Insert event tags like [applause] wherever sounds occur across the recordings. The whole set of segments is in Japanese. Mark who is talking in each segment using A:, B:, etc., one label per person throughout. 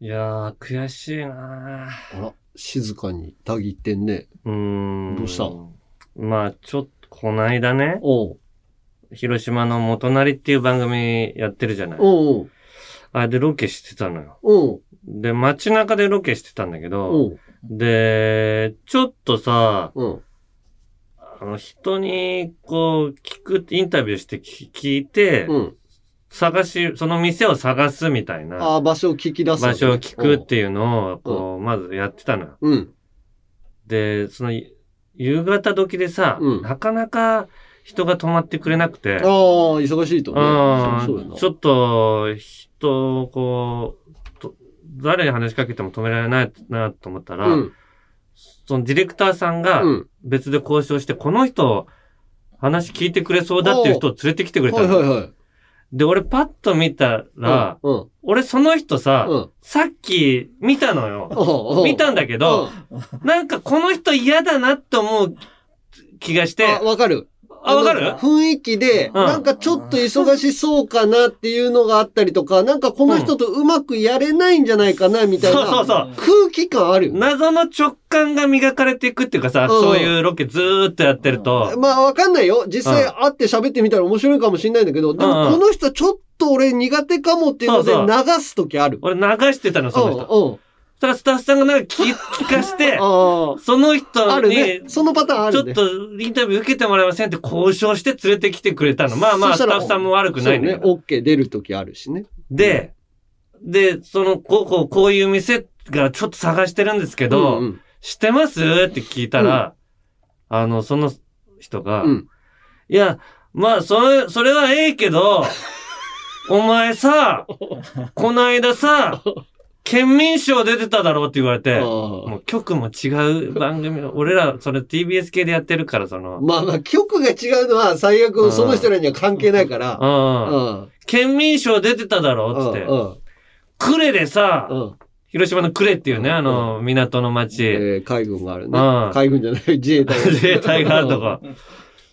A: いやー、悔しいなー
B: あら、静かにたぎってんね。
A: うーん。
B: どうした
A: まあ、ちょっと、こないだね、
B: おう
A: 広島の元なりっていう番組やってるじゃない。
B: おう
A: あれでロケしてたのよ。
B: おう
A: で、街中でロケしてたんだけど、
B: おう
A: で、ちょっとさ、
B: うん。
A: あの人に、こう、聞く、インタビューして聞聞いて、
B: うん。
A: 探し、その店を探すみたいな、
B: ああ、場所を聞き出すわ
A: 場
B: けね。
A: 所を聞くっていうのを、こう、まずやってたのよ。
B: おう。うん。
A: で、その、夕方時でさ、
B: うん
A: なかなか人が泊まってくれなくて、
B: ああ、忙しいとね。
A: あ
B: そうやな
A: ちょっと、人をこう、と誰に話しかけても止められないなと思ったら、
B: うん。
A: そのディレクターさんが
B: うん。
A: 別で交渉して、この人、話聞いてくれそうだっていう人を連れてきてくれた
B: はい
A: の。
B: はいはい。
A: で、俺パッと見たら、
B: うん。うん。
A: 俺その人さ、
B: うん
A: さっき見たのよ。
B: おうおう
A: 見たんだけど、なんかこの人嫌だなって思う気がし
B: うん
A: て
B: あ、、わかる。
A: あ、わかる
B: あの雰囲気で、
A: ん
B: なんかちょっと忙しそうかなっていうのがあったりとか、なんかこの人とうまくやれないんじゃないかなみたい
A: そうそ
B: な
A: うそう。
B: 空気感あるよね。
A: 謎の直感が磨かれていくっていうかさ、
B: ん
A: そういうロケずーっとやってると、
B: まあわかんないよ。実際
A: うん
B: 会って喋ってみたら面白いかもしれないんだけど、で
A: うん
B: も
A: う
B: こ
A: ん
B: の人ちょっと俺苦手かもっていうので
A: そうそう
B: 流すときある。
A: 俺流してたの、その人。
B: うんうん
A: そしたらスタッフさんがなんか聞聞かして、
B: あ
A: その
B: あ。あ
A: 人
B: る
A: に
B: ね。、そのパターンあ
A: ちょっ
B: るね。
A: とインタビュー受けてもらえませんって交渉して連れてきてくれたの。まあまあ、ス
B: そした
A: タ
B: ら
A: ッフさんも悪くない
B: そう
A: ね
B: ね。。OK 出るときあるしね。
A: で、で、その、こう、こう、こういう店がちょっと探してるんですけど、
B: うんうん
A: 知ってますって聞いたら、あの、その人が、
B: うん
A: いや、まあ、それ、それはええけ
B: [laughs]
A: ど、お前さ、こないださ、県民賞出てただろうって言われ
B: あ
A: て、
B: ー
A: もう局も違う番組、俺ら、それ TBS 系でやってるから、その、
B: まあまあ、曲が違うのは最
A: う
B: 悪
A: ん
B: その人らには関係ないから。う
A: うん、
B: ん。
A: 県民賞出てただろうっつって
B: う、ん
A: 呉でさ、
B: うんうん
A: 広島の呉っていうね、あの、港の町、
B: えー海軍がある
A: うん
B: ね。海軍じゃない、自衛
A: [laughs]
B: 隊。
A: 自衛隊があるとこ。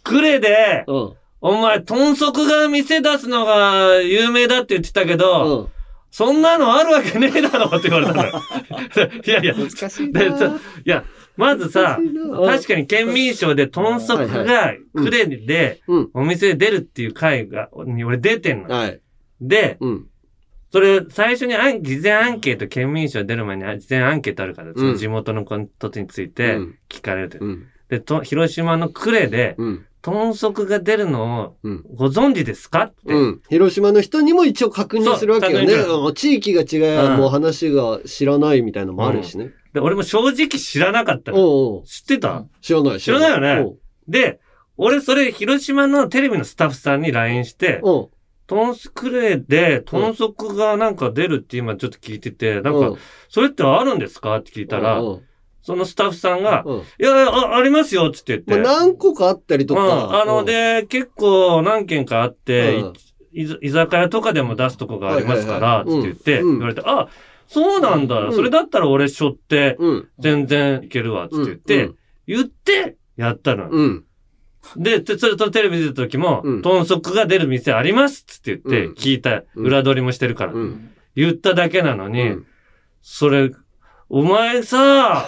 A: 呉で、
B: うん。
A: お前、豚足が店出すのが有名だって言ってたけ
B: う
A: ど、
B: ん。
A: そんなのあるわけねえだろって言われたの
B: [laughs]
A: よ。いやいや、い
B: 難しい
A: で
B: な。
A: ちょや、まずさ、確
B: 確
A: かに県民賞で豚足がクレで
B: うん
A: お店で出るっていう回が、に俺出てんの。
B: はい。
A: で、
B: うん。
A: それ最初にアン事前アンケート、県民賞出る前に事前アンケートあるから、その地元のことについて
B: うん
A: 聞かれると。
B: うん。
A: で、と広島のクレで
B: うん。
A: 豚足が出るの
B: う
A: を
B: ん
A: ご存知ですかって
B: うん。広島の人にも一応確認するわけよね。
A: そう確認する
B: うん地域が違えば
A: うん
B: もう話が知らないみたいのもあるしね。
A: で、俺も正直知らなかった
B: お
A: の
B: うおう
A: 知って
C: う
A: た
C: ん
B: 知らない。
A: 知らないよね。で、俺それ広島のテレビのスタッフさんに LINE して、
B: おう
A: トンスクレーで豚足がなんか出るって今ちょっと聞いてて、
B: う。
A: なんんか、それってあるんですかって聞いたら
B: う、んうん
A: そのスタッフさんが、
B: うん
A: いや、あありますよっつって
B: ま
A: 言
B: あ
A: って。
B: 何個かあったりと
A: うん
B: か。
A: あの、で、結構何件かあって、
B: うん
A: い居酒屋とかでも出すとこがありますか
B: は
A: ら、
B: い
A: つ
B: はいはい
A: って言って、
B: うん
A: 言われて、あ、そうなんだ、
B: うん
A: それだったら俺しょって、
B: うん。
A: 全然いけるわ、つって言って、言って、やったの。
B: うん。
A: で、てそれとテレビ出た時も、
B: うん
A: 豚足が出る店ありますっつって言
B: う
A: っ
B: ん
A: て、聞いた、裏取りもしてるから、
B: うん。うん。
C: ん
A: 言っただけなのに、
B: うん
A: それ、お前さ、あ、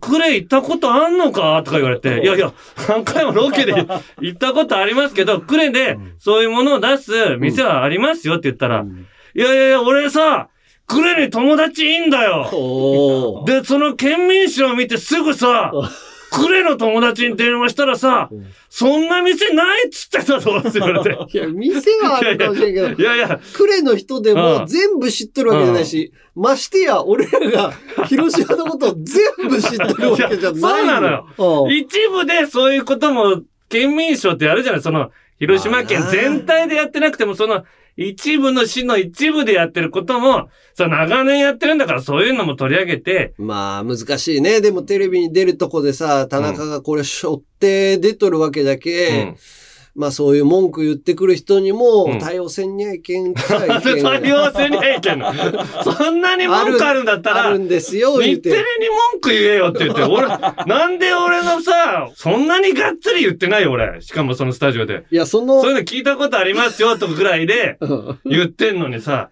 A: クレイ行ったことあんのかとか言われて、いやいや、何回もロケで行ったことありますけど、クレイでそういうものを出す店はありますよって言ったら、いやいやいや、俺さ、クレイに友達いいんだよ
B: おー
A: で、その県民賞を見てすぐさ、クレの友達に電話したらさ
B: うん、
A: そんな店ないっつってたぞって言われ
B: [laughs]
A: て。
B: いや、店はあるかもしれんけど、
A: いやいや、
B: クレの人で
A: う
B: も
A: ん
B: 全部知ってるわけじゃないし、ましてや俺らが広島のことを全部知ってるわけじゃ
A: [laughs]
B: ない。
A: いやそうなのよ
B: うん。
A: 一部でそういうことも県民賞ってやるじゃないその、広島県
B: まあな
A: 全体でやってなくても、その、一部の市の一部でやってることも、その長年やってるんだからそういうのも取り上げて、
B: まあ難しいね。でもテレビに出るとこでさ、田中がこれしょって出とるわけだけ、まあそういう文句言ってくる人に
A: う
B: も
A: ん
B: 対応せんにゃいけん
A: [laughs]
B: っちゃいけん。
A: 採用せ
B: [laughs]
A: にゃいけんの。そんなに文句あるんだった
B: あ
A: ら
B: る、んですよ、言う
A: 日テレ
B: て
A: に。文句言えよって言って、俺、なんで俺のさ、そんなにがっつり言ってないよ、俺。しかもそのスタジオで。
B: いや、その
A: そう、いうの聞いたことありますよ、とかぐらいで
B: うん
A: 言ってんのにさ、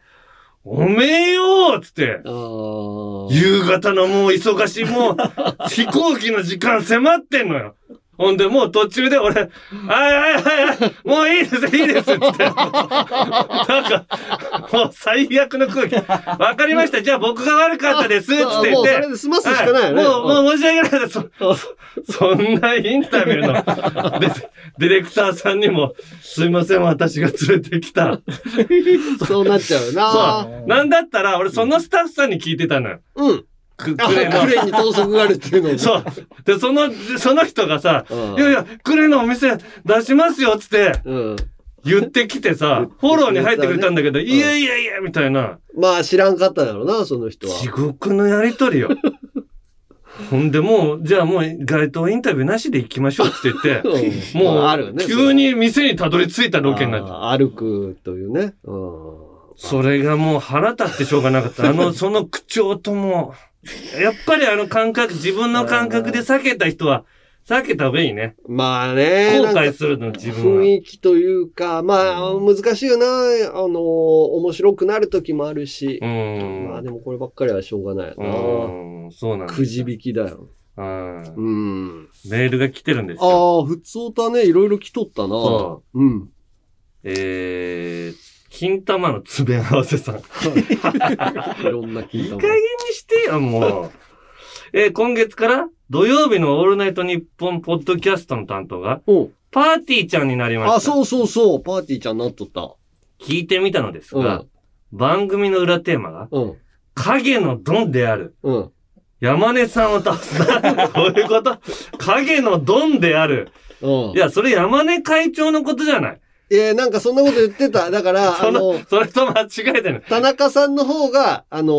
A: おめえよつって。
B: [laughs] あー
A: 夕方のもう忙しい、も
B: [laughs]
A: う飛行機の時間迫ってんのよ。ほんで、もう途中で俺、はいはいはいはい、もういいです、いいですって。なんか、もう最悪の空気。わかりました、じゃあ僕が悪かったです、つって言
B: も
A: っ
B: うそ
A: て
B: れ。で済ますしかないよね。
A: はいもう、もう申し訳ないです。そ、そそんなインタビュー
B: [laughs]
A: の、でディレクターさんにも、すいません、私が連れてきた。
B: うんそうなっちゃうな。
A: そう。なんだったら、俺、そのスタッフさんに聞いてたのよ。
B: うん。
A: く、
B: あ
A: くれ
B: ク
A: の。
B: レーンに等速があるっていうのも。
A: そう。で、その、その人がさ、
B: うん
A: いやいや、クレのお店出しますよ、つって
B: うん。
A: 言ってきてさ、フォローに入ってくれたんだけど、いやいやいや、みたいな、
B: まあ知らんかっただろうな、その人は。
A: 地獄のやりとりよ。ほんでもう、じゃあもう街頭インタビューなしで行きましょうって言って、
B: うん
A: も
B: まああるよ
A: う、
B: ね
A: 急に店にたどり着いたロケになっ
B: あ
A: た。
B: ー歩くというね。うん。
A: それがもう腹立ってしょうがなかった。あの、 [laughs] その口調とも、やっぱりあの感覚、自分の感覚で避けた人は、避けた方がいいね。
B: まあね。
A: 後
B: なん
A: 悔
B: か
A: するの、自分は。
B: 雰囲気というか、まあ難しいよな。あの、面白くなる時もあるし。
A: うん。
B: まあでもこればっかりはしょうがないよ
A: うん、そうなん
B: な。
A: だ
B: くじ引きだよ。
A: うん。
B: うん。
A: メールが来てるんですよ。
B: ああ、普通歌ね、いろいろ来とったな。。
A: そう
B: ん。 [laughs]
A: えー、金玉の詰め合わせさん。いい
B: いろんな聞い
A: 加
B: たもん
A: 減にしてよ、もう。えー、今月から土曜日のオールナイトニッポンポッドキャストの担当が、
B: おう
A: パーティーちゃんになりました。
B: あ、そうそうそう、パーティーちゃんなっとった。
A: 聞いてみたのです
B: う
A: が、
B: ん。
A: 番組の裏テーマが、
B: うん。
A: 影のドンである。
B: うん。
A: 山根さんを倒
B: [laughs]
A: す。どういうこと影のドンである。
B: うん
A: い。や、それ山根会長のことじゃない。
B: いや、なんかそんなこと言ってた。だから、
A: [laughs] そ
B: あの
A: の、、それと間違えてない。
B: 田中さんの方が、あの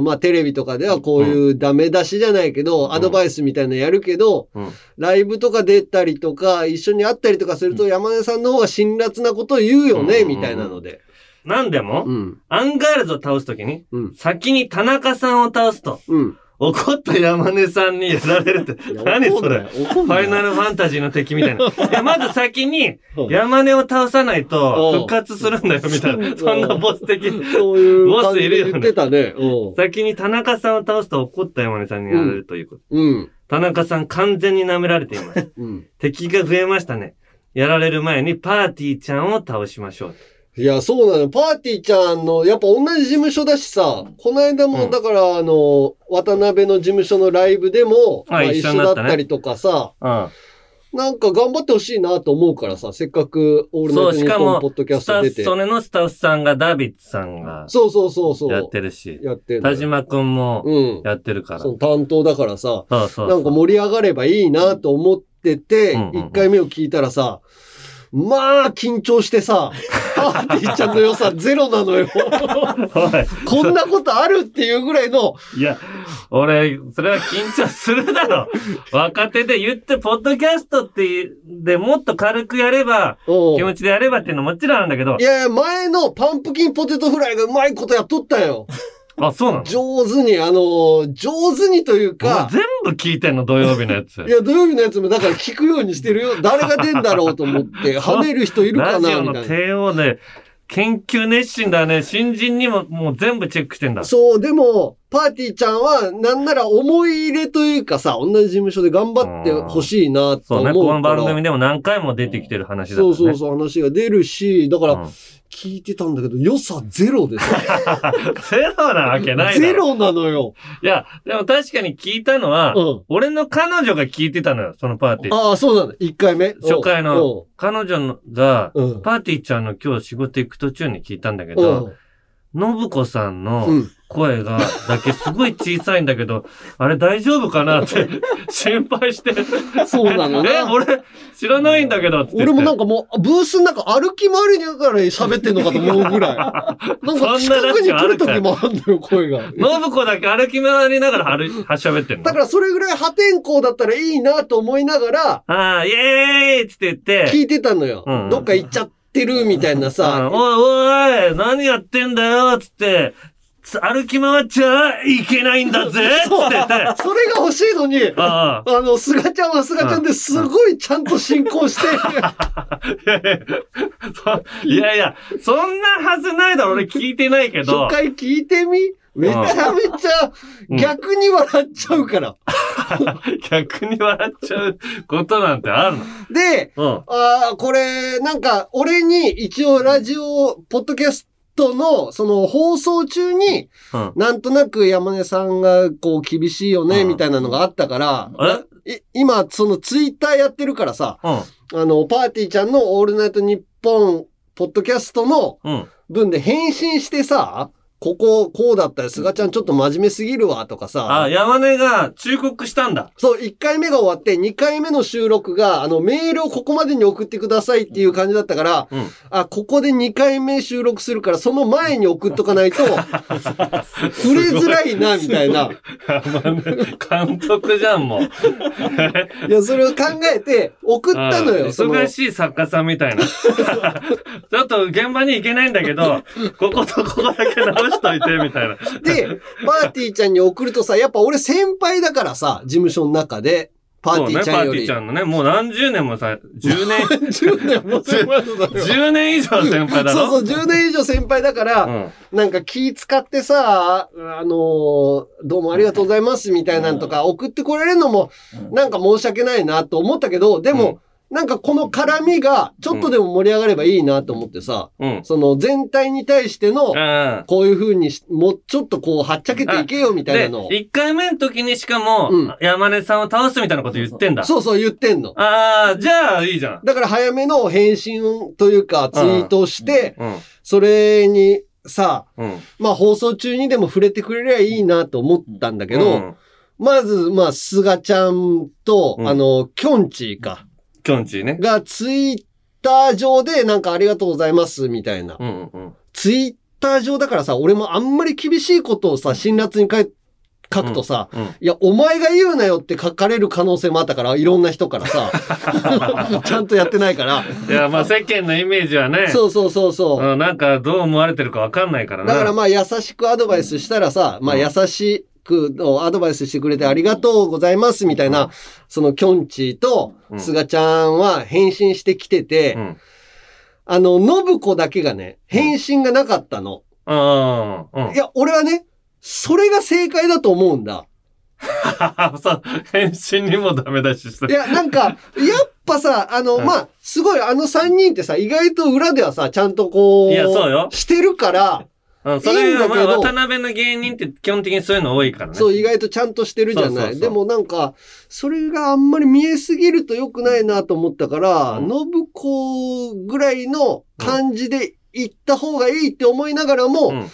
B: ーまあ、テレビとかではこういうダメ出しじゃないけど、
A: ん
B: アドバイスみたいなのやるけど、
A: うん
B: ライブとか出たりとか、一緒に会ったりとかすると、山根さんの方が辛辣なことを言うよね、
A: うん
B: みたいなので。
A: 何でも、
B: うん。
A: アンガールズを倒すときに、
B: うん。
A: 先に田中さんを倒すと、
B: うん。
A: 怒った山根さんにやられるって
B: い
A: [laughs]
B: や、
A: 何それ。
B: 怒ん
A: フ
B: な
A: ァ
B: よ
A: イナルファンタジーの敵みたい
B: [laughs]
A: な。いや、まず先に
B: うん、
A: 山根を倒さないと
B: うん
A: 復活するんだよ、みたいな。そんなボス的。
B: そういう
A: ボ
B: 感
A: スい
B: じ
A: る
B: で
A: よね
B: 言ってたね。う
A: 先に田中さんを倒すと怒った山根さんにやられるということ。
B: ん。うん。
A: 田中さん完全に舐められています。
B: [laughs] うん。
A: 敵が増えましたね。やられる前にパーティーちゃんを倒しましょう。
B: いや、そうなの。パーティーちゃんの、やっぱ同じ事務所だしさ、この間
A: う
B: も、
A: ん
B: だから、あの、渡辺の事務所のライブでも、まあ
A: 一
B: 一
A: 緒
B: 緒
A: にな
B: だ
A: っ
B: った
A: ね
B: たりとかさ、
A: うん。
B: なんか頑張ってほしいなと思うからさ、せっかく、オールナ
A: そう、
B: イト
A: し
B: ニッ
A: か
B: ポン
A: も
B: ポッドキャ、ス
A: スタ
B: ト
A: ッ
B: 出
A: フ、
B: て。
A: それのスタッフさんが、ダビッツさんが
B: そうそうそうそう。
A: やってるし、
B: やってるの
A: 田
B: よ。
A: 島くんも
B: うん。
A: やってるから。
B: そ
A: そ
B: の
A: う
B: 担当だからさ、
A: そうそう。
B: なんか盛り上がればいいなと思ってて、
A: うん
B: 一、
A: うんうん
B: 回目を聞いたらさ、まあ、緊張してさ、 [laughs] パーティーちゃんの良さゼロなのよ。
A: [laughs] お
B: こんなことあるっていうぐらいの、
A: い、いや、俺、それは緊張するだ
B: [laughs]
A: ろ。若手で言って、ポッドキャストって、でもっと軽くやれば、
B: うん
A: 気持ちでやればっていうのもちろんあるんだけど
B: い、やいや、前のパンプキンポテトフライがうまいことやっとったよ。
A: あ、そうなの
B: 上手に、あのー上手にという
A: もう
B: か、
A: 全部聞いてんの、土曜日のやつ
B: い。や、土曜日のやつもだから聞くようにしてるよ。誰が出んだろうと
A: [laughs]
B: 思って、跳ねる人いるか
A: ラジ
B: な、
A: オ
B: み
A: の
B: たいな。
A: 帝王で、研究熱心だね。新人にももう全部チェックしてんだ。
B: そう、でも、パーティーちゃんは、なんなら思い入れというかさ、同じ事務所で頑張ってほしいな、と
A: そう
B: 思
A: ね、
B: う
A: この
B: から。
A: 番組でも何回も出てきてる話だから
B: そ
A: ね。
B: うそうそう、話が出るし、だから
A: うん [laughs]
B: 聞いてたんだけど、良さゼロです。
A: ゼロな [laughs] わけないだろ
B: ゼロなのよ。
A: いや、でも確かに聞いたのは、
B: うん。
A: 俺の彼女が聞いてたのよ、そのパーティー。
B: ああ、そうなんだ。1回目。
A: 初回の彼女のが、
B: うん。うん。
A: パーティーちゃんの今日仕事行く途中に聞いたんだけ
B: う
A: ど、
B: ん。
A: 信子さん
B: う
A: の
B: ん
A: 声が、だけすごい小さいんだけど、あれ大丈夫かなって
B: [laughs]
A: 心配して、
B: そうなのね
A: [laughs] え、。俺知らないんだけどって言って
B: [laughs] 俺もなんかもう、ブースの中歩き回りながら喋ってんのかと思うぐら
A: [laughs]
B: い。なんか近くに来る時もあんのよ、声が。
A: 信子だけ歩き回りながら歩いはしゃべってんの
B: だ。からそれぐらい破天荒だったらいいなと思いながら、
A: ああ、イエーイっつって言って、
B: 聞いてたのよ
A: うん。
B: どっか行っちゃってるみたいな
A: うん
B: さ。
A: おいおい、何やってんだよっつって、歩き回っちゃいけないんだぜって
B: [laughs] そう
A: 言って、あ
B: それが欲しいのに、あ [laughs]
A: あ、
B: の、菅ちゃんは菅ちゃんですごいちゃんと進行して、
A: いやいやそいやいや、そんなはずないだろ、俺聞いてないけど
B: 初。回聞いてみめちゃめちゃ
A: うん
B: 逆に笑っちゃうから。
A: [laughs] 逆に笑っちゃうことなんてあるの
B: で、
A: うん。
B: ああ、これ、なんか、俺に一応ラジオ、ポッドキャストの、その放送中に、
A: うん。
B: なんとなく山根さんが、こう、厳しいよね、
A: うん
B: みたいなのがあったから、
A: え
B: い今、そのツイッターやってるからさ、
A: うん。
B: あの、パーティーちゃんのオールナイトニッポン、ポッドキャストの
A: うん。
B: 分で返信してさ、ここ、こうだったよ、菅ちゃんちょっと真面目すぎるわ、とか
A: あ、
B: さ、
A: 山根が忠告した
B: [laughs]
A: んだ。
B: そう、1回目が終わって、2回目の収録が、あの、メールをここまでに送ってくださいっていう感じだったから、
A: うん。
B: あ、ここで2回目収録するから、その前に送っとかない
A: [laughs]
B: と、触れづらいな、みたいな。
A: 山根監督じゃん、もう。
B: いや、それを考えて、送ったの
A: うん
B: よ、その。
A: 忙しい作家さんみたい
B: [laughs]
A: な。ちょっと現場に行けないんだけど、こことここだけ直しといて、みたいな。
B: で、パーティーちゃんに送るとさ、やっぱ俺先輩だからさ、事務所の中で、パーティーちゃ
A: そ
B: ん
A: うね、パー
B: よ
A: ティー
B: り。
A: ちゃんのね、もう何十年もさ、10年、
B: [laughs] 10年も先輩だ
A: [laughs]
B: から。
A: 10年以上先輩だろ
B: そうそう、10年以上先輩だから、
A: うん。
B: なんか気使ってさ、あのーどうもありがとうございますみたいなんとか送ってこられるのも、なんか申し訳ないなと思ったけど、でも、なんかこの絡みがちょっとでも盛り上がればいいなと思ってさ、
A: うん。
B: その全体に対しての、
A: あ
B: こういう風にし、もうちょっとこう、はっちゃけていけよみ
A: あ。
B: たい
A: で、
B: なのを。
A: 1回目の時にしかも
B: うん、
A: 山根さんを倒すみたいなこと言ってんだ。
B: そうそう言ってんの。
A: ああ、じゃあいいじゃん。
B: だから早めの返信というかツイートをして、
A: うん。
B: それにさ、
A: うん。
B: まあ放送中にでも触れてくれりゃいいなと思ったんだけ
A: う
B: ど、
A: ん、
B: まず、まあ、菅ちゃんと、
A: うん
B: あの、きょんちぃか、
A: きょんちぃね。
B: がツイッター上でなんかありがとうございますみたいな。
A: うんうん
B: ツイッター上だからさ、俺もあんまり厳しいことをさ、辛辣に書い書くとさ、
A: うん。うん。
B: いや、お前が言うなよって書かれる可能性もあったから、いろんな人か
A: [laughs]
B: らさ、ちゃんとやってないから。
A: いや、まあ世間のイメージはね、
B: そうそうそうそう。
A: うん、なんかどう思われてるかわかんないからな。
B: だからまあ優しくアドバイスしたらさ、まあ
A: うん
B: 優しくのアドバイスしてくれてありがとうございますみたいな、そのきょんちぃと
A: うん
B: すがちゃんは返信してきてて、
A: うん。
B: あの、信子だけがね、返信がなかったの。
A: ああ、うん
B: い。や、俺はね、それが正解だと思うんだ。
A: [laughs] そう、返信にもダメ出しして
B: いや、な
A: [laughs]
B: んか、やっぱさ、あの、
A: うん
B: まあ、すごいあの3人ってさ、意外と裏ではさ、ちゃんとこう、
A: いやそうよ
B: してるから、
A: うん、それ
B: いい
A: は、
B: んだ
A: ま
B: け
A: あ、
B: ど
A: 渡辺の芸人って基本的にそういうの多いからね。
B: そう、意外とちゃんとしてるじゃない。
A: そうそうそう
B: でもなんか、それがあんまり見えすぎると良くないなと思ったから、
A: うん
B: 信子ぐらいの感じで行った方がいいって思いながらも、
A: うん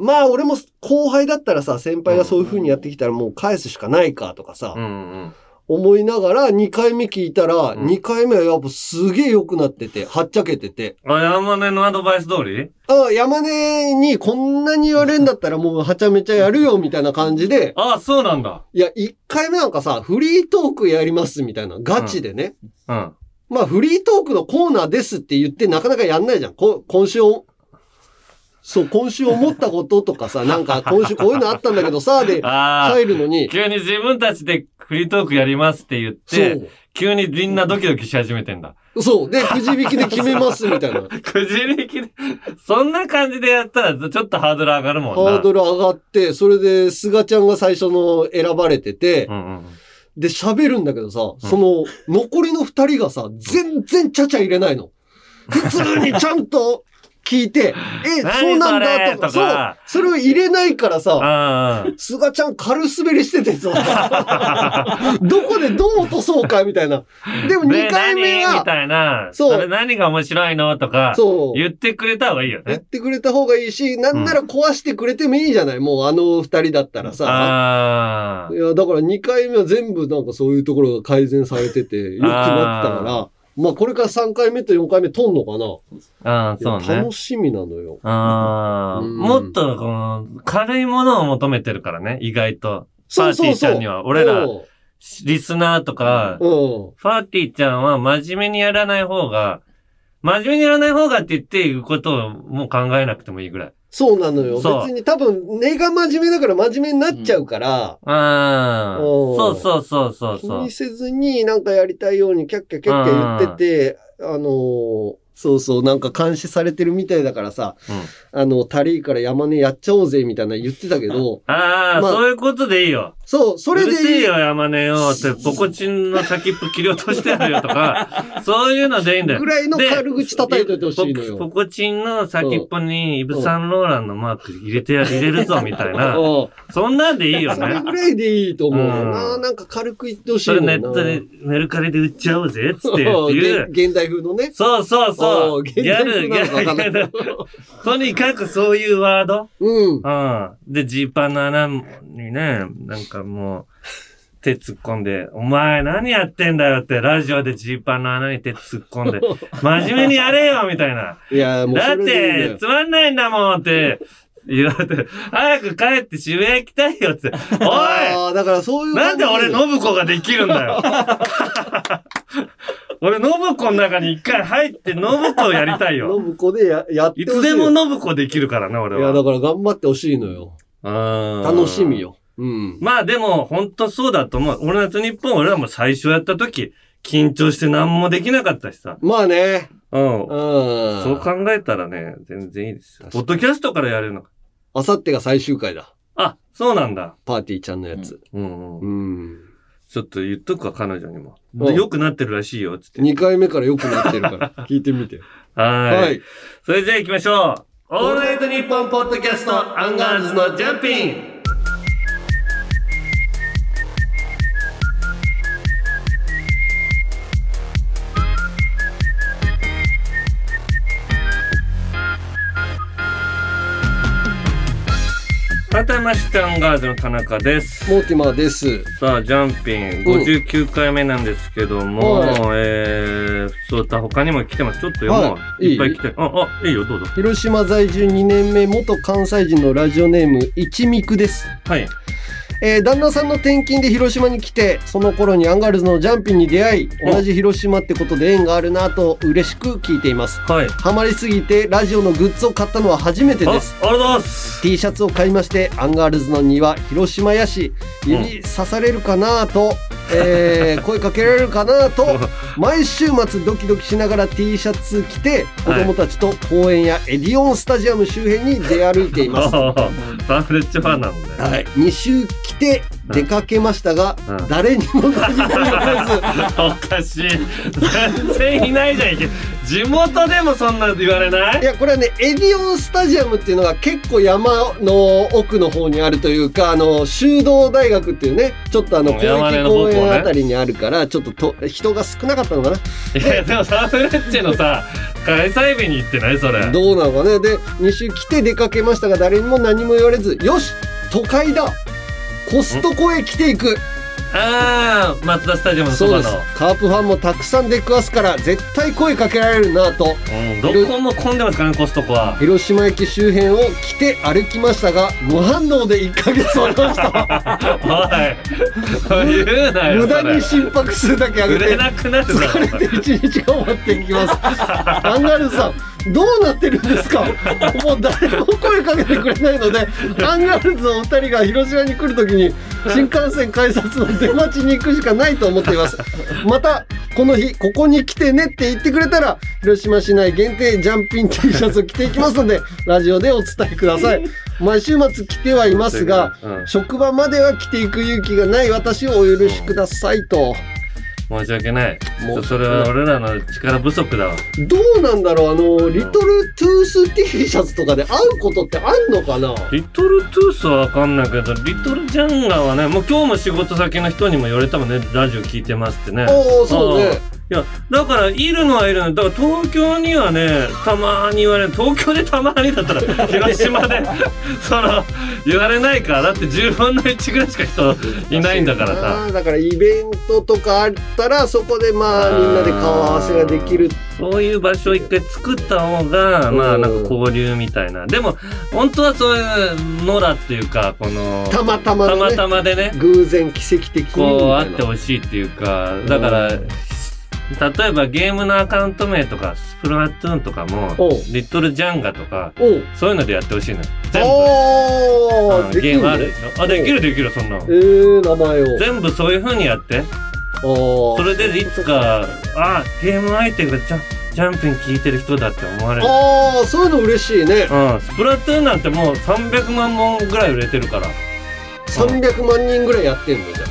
B: まあ俺も後輩だったらさ、先輩がそういう風にやってきたらもう返すしかないかとかさ、
A: うんうん。
B: 思いながら2回目聞いたら、
A: うん
B: 2回目はやっぱすげえ良くなってて、はっちゃけてて。
A: あ、山根のアドバイス通り
B: あ山根にこんなに言われるんだったらもうはちゃめちゃやるよみたいな感じで、
A: ああ、そうなんだ。
B: いや、一回目なんかさ、フリートークやりますみたいな、ガチでね。
A: うん。
B: まあ、フリートークのコーナーですって言ってなかなかやんないじゃん。こ今週お、そう、今週思ったこととかさ、なんか今週こういうのあったんだけどさ、で
A: ああ、
B: 入るのに、
A: 急に自分たちでフリートークやりますって言っ
B: そ
A: て、
B: う。
A: 急にみんなドキドキし始めてんだ。 [laughs]
B: そう。で、くじ引きで決めますみたいな。
A: くじ引きで、そんな感じでやったらちょっとハードル上がるもんな。
B: ハードル上がって、それで、菅ちゃんが最初の選ばれてて
A: う、んうん。
B: で、喋るんだけどさ、その、残りの二人がさ、全然ちゃちゃ入れないの。普通にちゃんと聞
A: [laughs]
B: いて、え、
A: 何
B: そうなんだとか、
A: それとか
B: そう、それを入れないからさ、
A: ああ。
B: 菅ちゃん軽滑りしてて
A: [laughs]
B: さ、どこでどう落とそうかみたいな。でも
A: で、
B: 2回目
A: 何み
B: は、
A: たいな。
B: そう
A: れ何が面白いのとか、
B: そう、
A: 言ってくれた方がいいよ
B: 言っ
A: ね。
B: てくれた方がいいし、なんなら壊してくれてもいいじゃない、もうあの二人だったらさ。
A: ああ
B: い。や、だから2回目は全部なんかそういうところが改善されて
A: [laughs]
B: て、よくなってたから、まあこれから3回目と4回目とんのか
A: あ
B: な
A: あ、そう
B: いや
A: ね
B: 楽。しみなのよ。
A: ああ、
B: うん
A: もっとこの軽いものを求めてるからね、意外と。
B: そうそうそう。
A: パーティーちゃんには俺ら
B: うん
A: リスナーとか、
B: うん。
A: ファーティーちゃんは真面目にやらない方が、真面目にやらない方がって言っていうことをもう考えなくてもいいぐらい。
B: そうなのよ。
A: そう
B: 別に多分、根が真面目だから真面目になっちゃうから、
A: ああ。
B: おー
A: そうそうそうそう
B: 気
A: そう
B: に。せずになんかやりたいようにキャッキャキャッキャ言ってて、あのーそうそう、なんか監視されてるみたいだからさ、あの、タリーから山根やっちゃおうぜみたいな言ってたけど、
A: ああ、
B: まあ
A: そういうことでいいよ。
B: そう、そうれ
A: るせ
B: で
A: え
B: いい。
A: よ、山根よって、ポコチンの先っぽ切り落としてやるよと
B: [laughs]
A: か、そういうのでいいんだよ
B: ぐ。らいの軽口叩いといてほしいの
A: ポポ
B: よ。
A: コチンの先っぽにイブ・サンローランのマーク入れてや入れるぞみたいな。
B: うん
A: そんなんでいいよ
B: それ
A: ね。
B: ぐらいでいいと思う。
A: うん
B: ななんか軽く言ってほしい
A: そ
B: の
A: れ
B: よな
A: ネットで、メルカリで売っちゃおうぜっつってって
B: うん
A: い
B: げ [laughs]
A: う。
B: 現代風のね。
A: そうそうそ
B: お
A: う。
B: ー
A: ギ
B: 現代
A: ャ
B: 風
A: ル、ギ
B: なのかわかんな
A: ャ
B: い
A: ル。とにかくそういうワード。
B: うん。
A: うん。で、ジーパンの穴にね、なんかもう、手突っ込んで、お前何やってんだよって、ラジオでジーパンの穴に手突っ
B: [laughs]
A: 込んで、真面目にやれよみたいな。
B: いや、もう
A: だ
B: そ
A: っ
B: れでいいんだ
A: て、
B: よ。
A: つまんないんだもんって、言われて、早く帰って渋谷行きたいよ
B: [laughs]
A: って、お
B: ああ、だからそうい
A: いうな
B: 感
A: ん
B: じ。
A: で俺、信子ができるんだよ。 [laughs] 俺、信子の中に一回入って、信子をやりたいよ。
B: 信子でややって
A: い
B: ほしい。
A: つでも信子できるからな、俺
B: いや、だ
A: は。
B: から頑張ってほしいのよ。楽
A: 楽
B: しみ。よ。うん。
A: まあでも、ほんとそうだと思う。俺のと日本、俺らも最初やった時、緊張して何もできなかったしさ。
B: まあね。
A: うん
B: うん。。そ
A: そう。考えたらね、全然いいですよ。
B: 確か
A: ポッ
B: に
A: ドキャストからやるのか。
B: あさってが最終回だ。
A: あ、そうなんだ。
B: パーティーちゃんのやつ。
A: うんう、
B: うんん。
A: ちょっと言っとくわ、彼女にも。
B: うん
A: 良くなってるらしいよ、つって。
B: 2回目から良くなってるから、
A: [laughs]
B: 聞いてみて。
A: はーい,、
B: はい。
A: それじゃあ行きましょう。オールナイトニッポンポッドキャスト、アンガールズのジャンピン。改めまして、アンガールズの田中です。
B: モーティマーです。
A: さあ、ジャンピン、
B: うん
A: 59回目なんですけども、
B: はい
A: えー、普通歌他にも来てます。ちょっと読もう。、
B: はいい
A: っぱい来てる。あ、あ、いいよ、どうぞ。
B: 広島在住2年目、元関西人のラジオネーム、いちみくです。
A: はい。
B: えー旦那さんの転勤で広島に来てその頃にアンガールズのジャンピンに出会い
A: うん
B: 同じ広島ってことで縁があるなと嬉しく聞いています
A: はい。
B: ハマりすぎてラジオのグッズを買ったのは初めて
A: あ、ありが
B: です
A: とうございます。
B: T シャツを買いましてアンガールズの庭広島やし
A: うん
B: 指刺されるかなと、 [laughs] えー声かけられるかな
A: [laughs]
B: と毎週末ドキドキしながら T シャツ着て子供たちと公園やエディオンスタジアム周辺に出歩い [laughs] ています
A: あーサンフレッチェファンなので。
B: はい、2週来て出かけましたが、
A: うん
B: 誰にも何も言われず
A: おかしい。 [laughs] 全然いないじゃんいけ。地元でもそんな言われない
B: いやこれはねエディオンスタジアムっていうのが結構山の奥の方にあるというかあの修道大学っていうねちょっとあの
A: うん
B: 公
A: 山根
B: 益
A: の方向
B: 公
A: ね
B: 園あたりにあるから、ちょっとと人が少なかったのかない
A: や、でもサンフレッチェのさ、開催日に行ってないそれ。
B: どうなのかねで2週来て出かけましたが誰にも何も言われずよし都会だコストコへ来ていく
A: ああ、松田スタジアムのそ
B: そう
A: ば
B: です
A: の。
B: カープファンもたくさん出くわすから絶対声かけられるなと
A: うん、どこも混んでますからね、コストコ
B: [laughs]
A: は。
B: 広島駅周辺を来て歩きましたが無反応で1ヶ月おりました
A: おい、言うなよ。
B: 無駄
A: それ
B: に心拍数だけ上
A: 売
B: げ
A: れ
B: て
A: なくなるだ
B: 疲
A: ろ
B: れて一日が終わっていきますアンガールズさんどうなってるんですかもう誰も声かけてくれないのでアンガールズのお二人が広島に来るときに新幹線改札の出待ちに行くしかないと思っていますまたこの日ここに来てねって言ってくれたら広島市内限定ジャンピン T シャツを着ていきますのでラジオでお伝えください毎週末着てはい [laughs] ますが
A: うん
B: 職場までは着ていく勇気がない私をお許しくださいと。
A: 申し訳ない
B: もう
A: それは俺らの力不足だわ
B: どうなんだろうあの、リトルトゥース T シャツとかで会うことってあんのかな
A: リトルトゥースは分かんないけどリトルジャンガーはねもう今日も仕事先の人にも言われたもんねラジオ聞いてますってね
B: おおそうね。
A: いやだからいるのはいるのだから東京にはねたまに言われる東京でたまにだったら [laughs] 広島でその言われないからだって10分の1ぐらいしか人いないんだからさ
B: あーだからイベントとかあったら、そこでま
A: あ
B: あ
A: ー
B: みんなで顔合わせができる。
A: そういう場所を一回作った方が、まあ
B: うん
A: なんか交流みたいな。でも、本当はそういう野良っていうか、この、
B: たまたま
A: た
B: の
A: ま
B: ね。
A: たまでね、
B: 偶然奇跡的にみたい
A: こう
B: な。
A: あってほしいっていうか、だから
B: う
A: 例
B: ん、
A: えばゲームのアカウント名とか、スプラトゥーンとかも
B: おう、
A: リトルジャンガとか、
B: おう
A: そういうのでやってほしいのよ。全部
B: お
A: あの
B: ーでき
A: ゲ
B: る
A: ーム
B: ね
A: あるでしょあ、できるできる、そんなの
B: え。ー、名前を。
A: 全部そういう風にやって、
B: お
A: それでいつか、あ、ゲーム相手がジャンジャンピン聞いてる人だって思われる。
B: ああ、そういうの嬉しいね。
A: うん、スプラトゥーンなんてもう300万本ぐらい売れてるから。
B: 300万人ぐらいやってんのじゃん。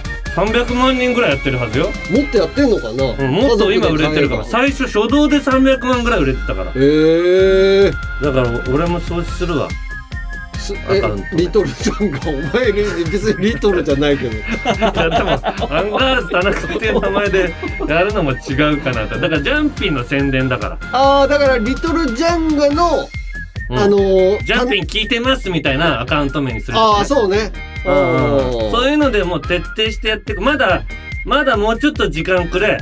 A: 300万人ぐらいやってるはずよ。
B: もっとやってんのかな、
A: うん、もっと今売れてるから。
B: 家族
A: 最初初動で300万ぐらい売れてたから。
B: で買えばへえ
A: だから俺も掃除するわ。 [laughs]
B: す
A: アカウント
B: え、リトルさんが、お前リ別にリトルじゃな
A: [laughs]
B: いけど。
A: いやでも、アンガールズ田中っていう名前でやるのも違うかなと。だからジャンピンの宣伝だから。
B: ああ、だからリトルジャンガの、
A: うん
B: あのー、
A: ジャンピ
B: ン
A: ン聞いてますみたいなアカウント名にするとね、
B: ああ、そうね。あ
A: うんそういうのでもう徹底してやっていく。まだ、まだもうちょっと時間くれ。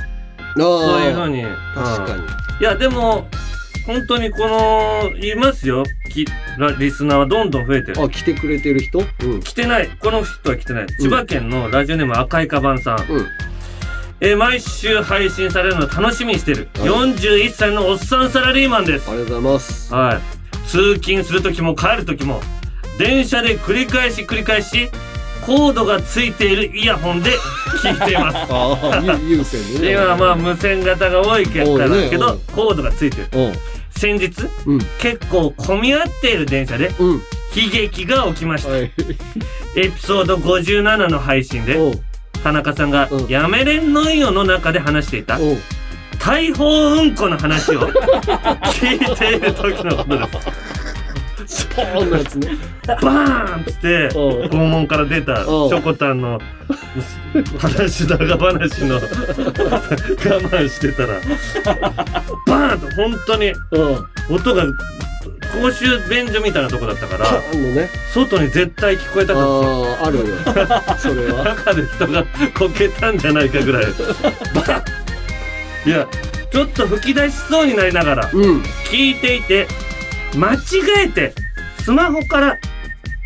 A: そういうふう
B: に。
A: に。
B: 確か
A: うん
B: に。
A: いや、でも、本当にこの、いますよ。きらリスナーはどんどん増えてる。
B: あ、来てくれてる人うん。
A: 来てない。この人は来てない。千葉県のラジオネーム赤いカバンさん。
B: うん。
A: えー毎週配信されるのを楽しみにしてる。
B: はい
A: 41歳のおっさんサラリーマンです
B: あ。りがとうございます。
A: はい。通勤するときも帰るときも、電車で繰り返し繰り返し、コードがついているイヤホンで聞いていま
B: [laughs]
A: す。
B: ああ、ゆ優先でね。
A: 今はまあ無線型が多いけど、
B: 多いね
A: け
B: う
A: ど
B: ん
A: コードがついてる。
B: うん。
A: 先日、
B: うん
A: 結構混み合っている電車で
B: うん。
A: 悲劇が起きました。
B: はい。
A: エピソード57の配信で、
B: おう
A: 田中さんが
B: うん、
A: やめれんのんよの中で話していた、
B: おう
A: 大砲うんこの話を聞いている時のことです。
B: スポーンのやつね。
A: バーンっつって、
B: うん
A: 拷問から出た、チ
B: うん
A: ョコタンの、話だが話の、我慢してたら、バーンと本当に
B: うん。
A: 音が、公衆便所みたいなとこだったから、
B: あのね。
A: 外に絶対聞こえた
B: あ
A: かった。
B: あ、あるよ。
A: [laughs]
B: それは。
A: 中で人がこけたんじゃないかぐらい。バンいや、ちょっと吹き出しそうになりながら、
B: うん。
A: 聞いていて間違えてスマホから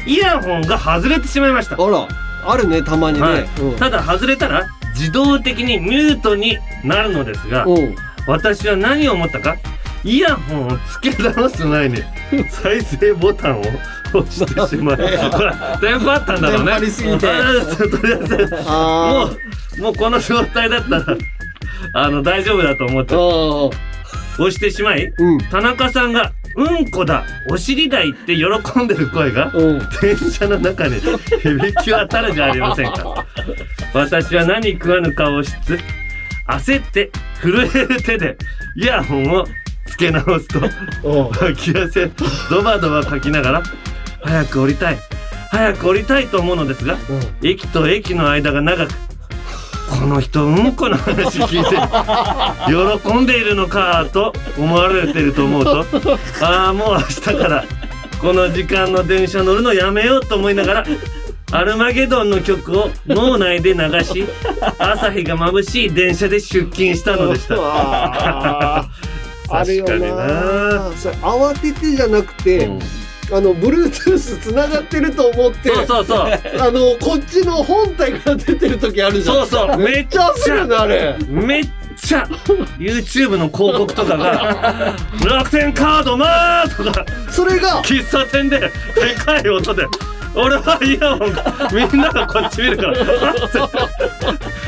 A: イヤホンが外れてしまいました
B: あら、あるね、たまにね。
A: はいただ外れたら自動的にミュートになるのですが
B: うん。うん。
A: 私は何を思ったかイヤホンをつけ直す前に再生ボタンを押してし
B: [laughs]
A: まうこれ電波あったんだろうね
B: テンパりすぎて
A: とりあえずも
B: あ
A: うもうこの状態だったらあの大丈夫だと思っ
B: あ。
A: て
B: ああ。
A: 押してしまい
B: うん。
A: 田中さんが「うんこだお尻だい」って喜んでる声が
B: うん。
A: 電車の中に響き渡るじゃありませんか私は何食わぬ顔をしつつ焦って震える手でイヤホンをつけ直すと
B: うん。
A: 脇汗ドバドバかきながら「早く降りたい早く降りたい」と思うのですが [laughs] 駅と駅の間が長くこの人うんこの話聞い
B: [laughs]
A: て喜んでいるのかと思われてると思うとああもう明日からこの時間の電車乗るのやめようと思いながらアルマゲドンの曲を脳内で流し朝日が眩しい電車で出勤したのでした
B: う。わーある
A: 確
B: よ
A: かに
B: な
A: な
B: それ慌ててじゃなく
A: う
B: て、
A: ん
B: あの Bluetooth つながってると思って
A: そうそうそう
B: あのこっちの本体から出てる時あるじゃん
A: そうそう
B: めっちゃ焦るなあれ
A: めっちゃ YouTube の広告とかが「楽天カードまー!」とか。
B: それが
A: 喫茶店ででかい音で俺はイヤホンがみんながこっち見るから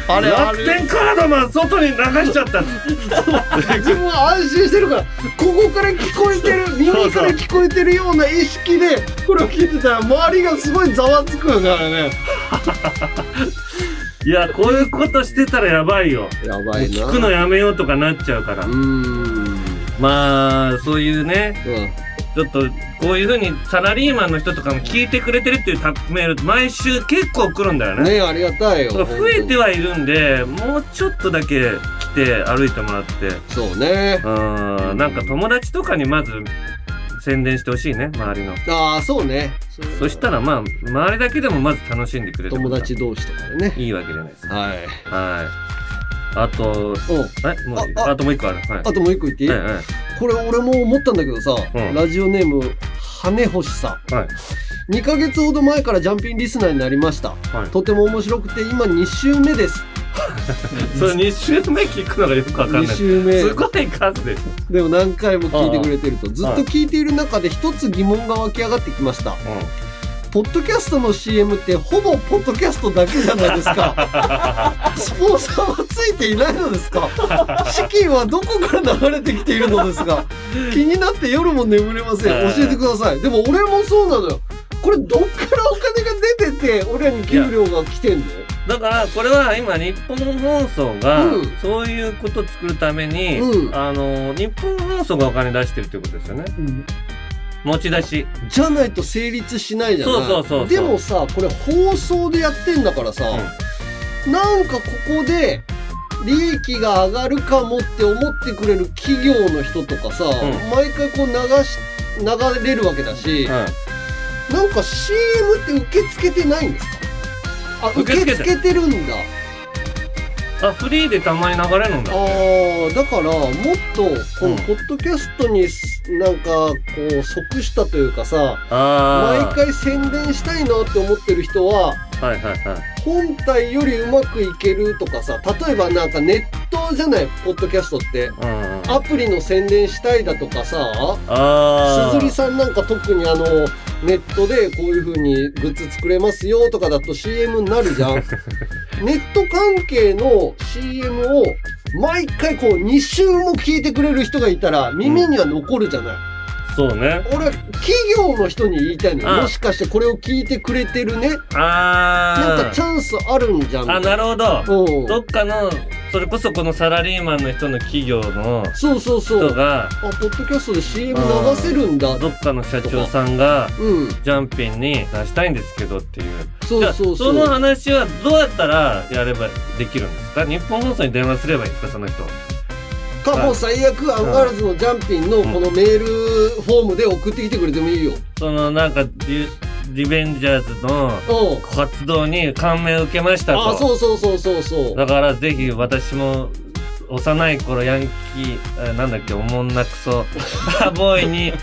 B: あれあ
A: 楽
B: れ
A: 天カードマン外に流しちゃった
B: 自分は安心してるからここから聞こえてる耳から聞こえてるような意識でこれを聞いてたら周りがすごいざわつくよねあれね
A: いやこういうことしてたらやばいよ
B: やばいな
A: 聞くのやめようとかなっちゃうから
B: うーん
A: まあそういうね
B: うん
A: ちょっとこういうふうにサラリーマンの人とかも聞いてくれてるっていうタメール毎週結構来るんだよね
B: ねありがたいよ
A: 増えて
B: は
A: はいるんでもうちょっとだけ来て歩いてもらって
B: そうね
A: うんなんか友達とかにまず宣伝してほしいね周りの
B: ああそうね
A: そしたらまあ周りだけでもまず楽しんでくれる
B: 友達同士とかでね
A: いいわけじゃないですか
B: はい
A: はいあと
B: うん
A: えもういい
B: あ
A: あ
B: あ
A: ともう一個あるはい
B: あともう一個言っていい、
A: はいはい
B: これ俺も思ったんだけどさ、
A: うん
B: ラジオネーム羽星さん
A: はい
B: 2ヶ月ほど前からジャンピンリスナーになりました
A: はい
B: とても面白くて今2週目です
A: それ2週目聞くのがよくわかん
B: 2
A: ない。
B: 週目
A: すごい数です。
B: でも何回も聞いてくれてるとずっと聞いている中で一つ疑問が湧き上がってきましたポッドキャストの CM ってほぼポッドキャストだけじゃないですか
A: [laughs]
B: スポンサーはついていないのですか資金はどこから流れてきているのです
A: [laughs]
B: が気になって夜も眠れません教えてくださいでも俺もそうなのよこれどっからお金が出てて俺らに給料が来てんの
A: だから、これは今、日本放送が
B: うん、
A: そういうことを作るために、
B: うん
A: あの、日本放送がお金出してるっていうことですよね。持ち出し。
B: じゃないと成立しないじゃない
A: そうそうそうそう
B: でもさこれ放送でやってんだからさ、なんかここで利益が上がるかもって思ってくれる企業の人とかさ、
A: ん
B: 毎回こう流し流れるわけだし、
A: う
B: なんか CM って受け付けてないんですかあ受
A: 受
B: け
A: け付けて
B: 付けてるんだ
A: ん。あ、フリーでたまに流れるんだ。
B: あーだからもっとこ
A: うん
B: のポッドキャストにすなんかこう即したというかさ、
A: あ
B: 毎回宣伝したいなって思ってる人は
A: あ。はいはいはい。
B: 本体よりうまくいけるとかさ例えばなんかネットじゃないポッドキャストって
A: うん。
B: アプリの宣伝したいだとかさ
A: あ
B: すずりさんなんか特にあのネットでこういう風にグッズ作れますよとかだと CM になるじゃ
A: [laughs]
B: んネット関係の CM を毎回こう2週も聞いてくれる人がいたら耳には残るじゃない、
A: そうね。
B: 俺は企業の人に言いたいのよ、
A: うん
B: もしかしてこれを聞いてくれてるねなんか
A: あ
B: チャンスあるんじゃん
A: あ。あ、なるほど。
B: うん
A: どっかの、それこそこのサラリーマンの人の企業の
B: そうそうそ
A: 人
B: う
A: が、
B: あポッドキャストで CM 流せるんだ
A: どっかの社長さんが、
B: うん
A: ジャンピンに出したいんですけどっていう。
B: そうそう
A: じゃあ
B: そう
A: の話はどうやったらやればできるんですか日本放送に電話すればいいんですかその人。
B: かもう最悪アンガールズのジャンピンのこのメールフォームで送ってきてくれてもいいよ。
A: そのなんか、リュリベンジャーズの
B: うん。
A: 活動に感銘を受けましたと。
B: あ、そうそうそうそうそう。
A: だからぜひ私も幼い頃ヤンキーえー、なんだっけ、おもんなくそ、 [laughs] バーボーイに、
B: うん。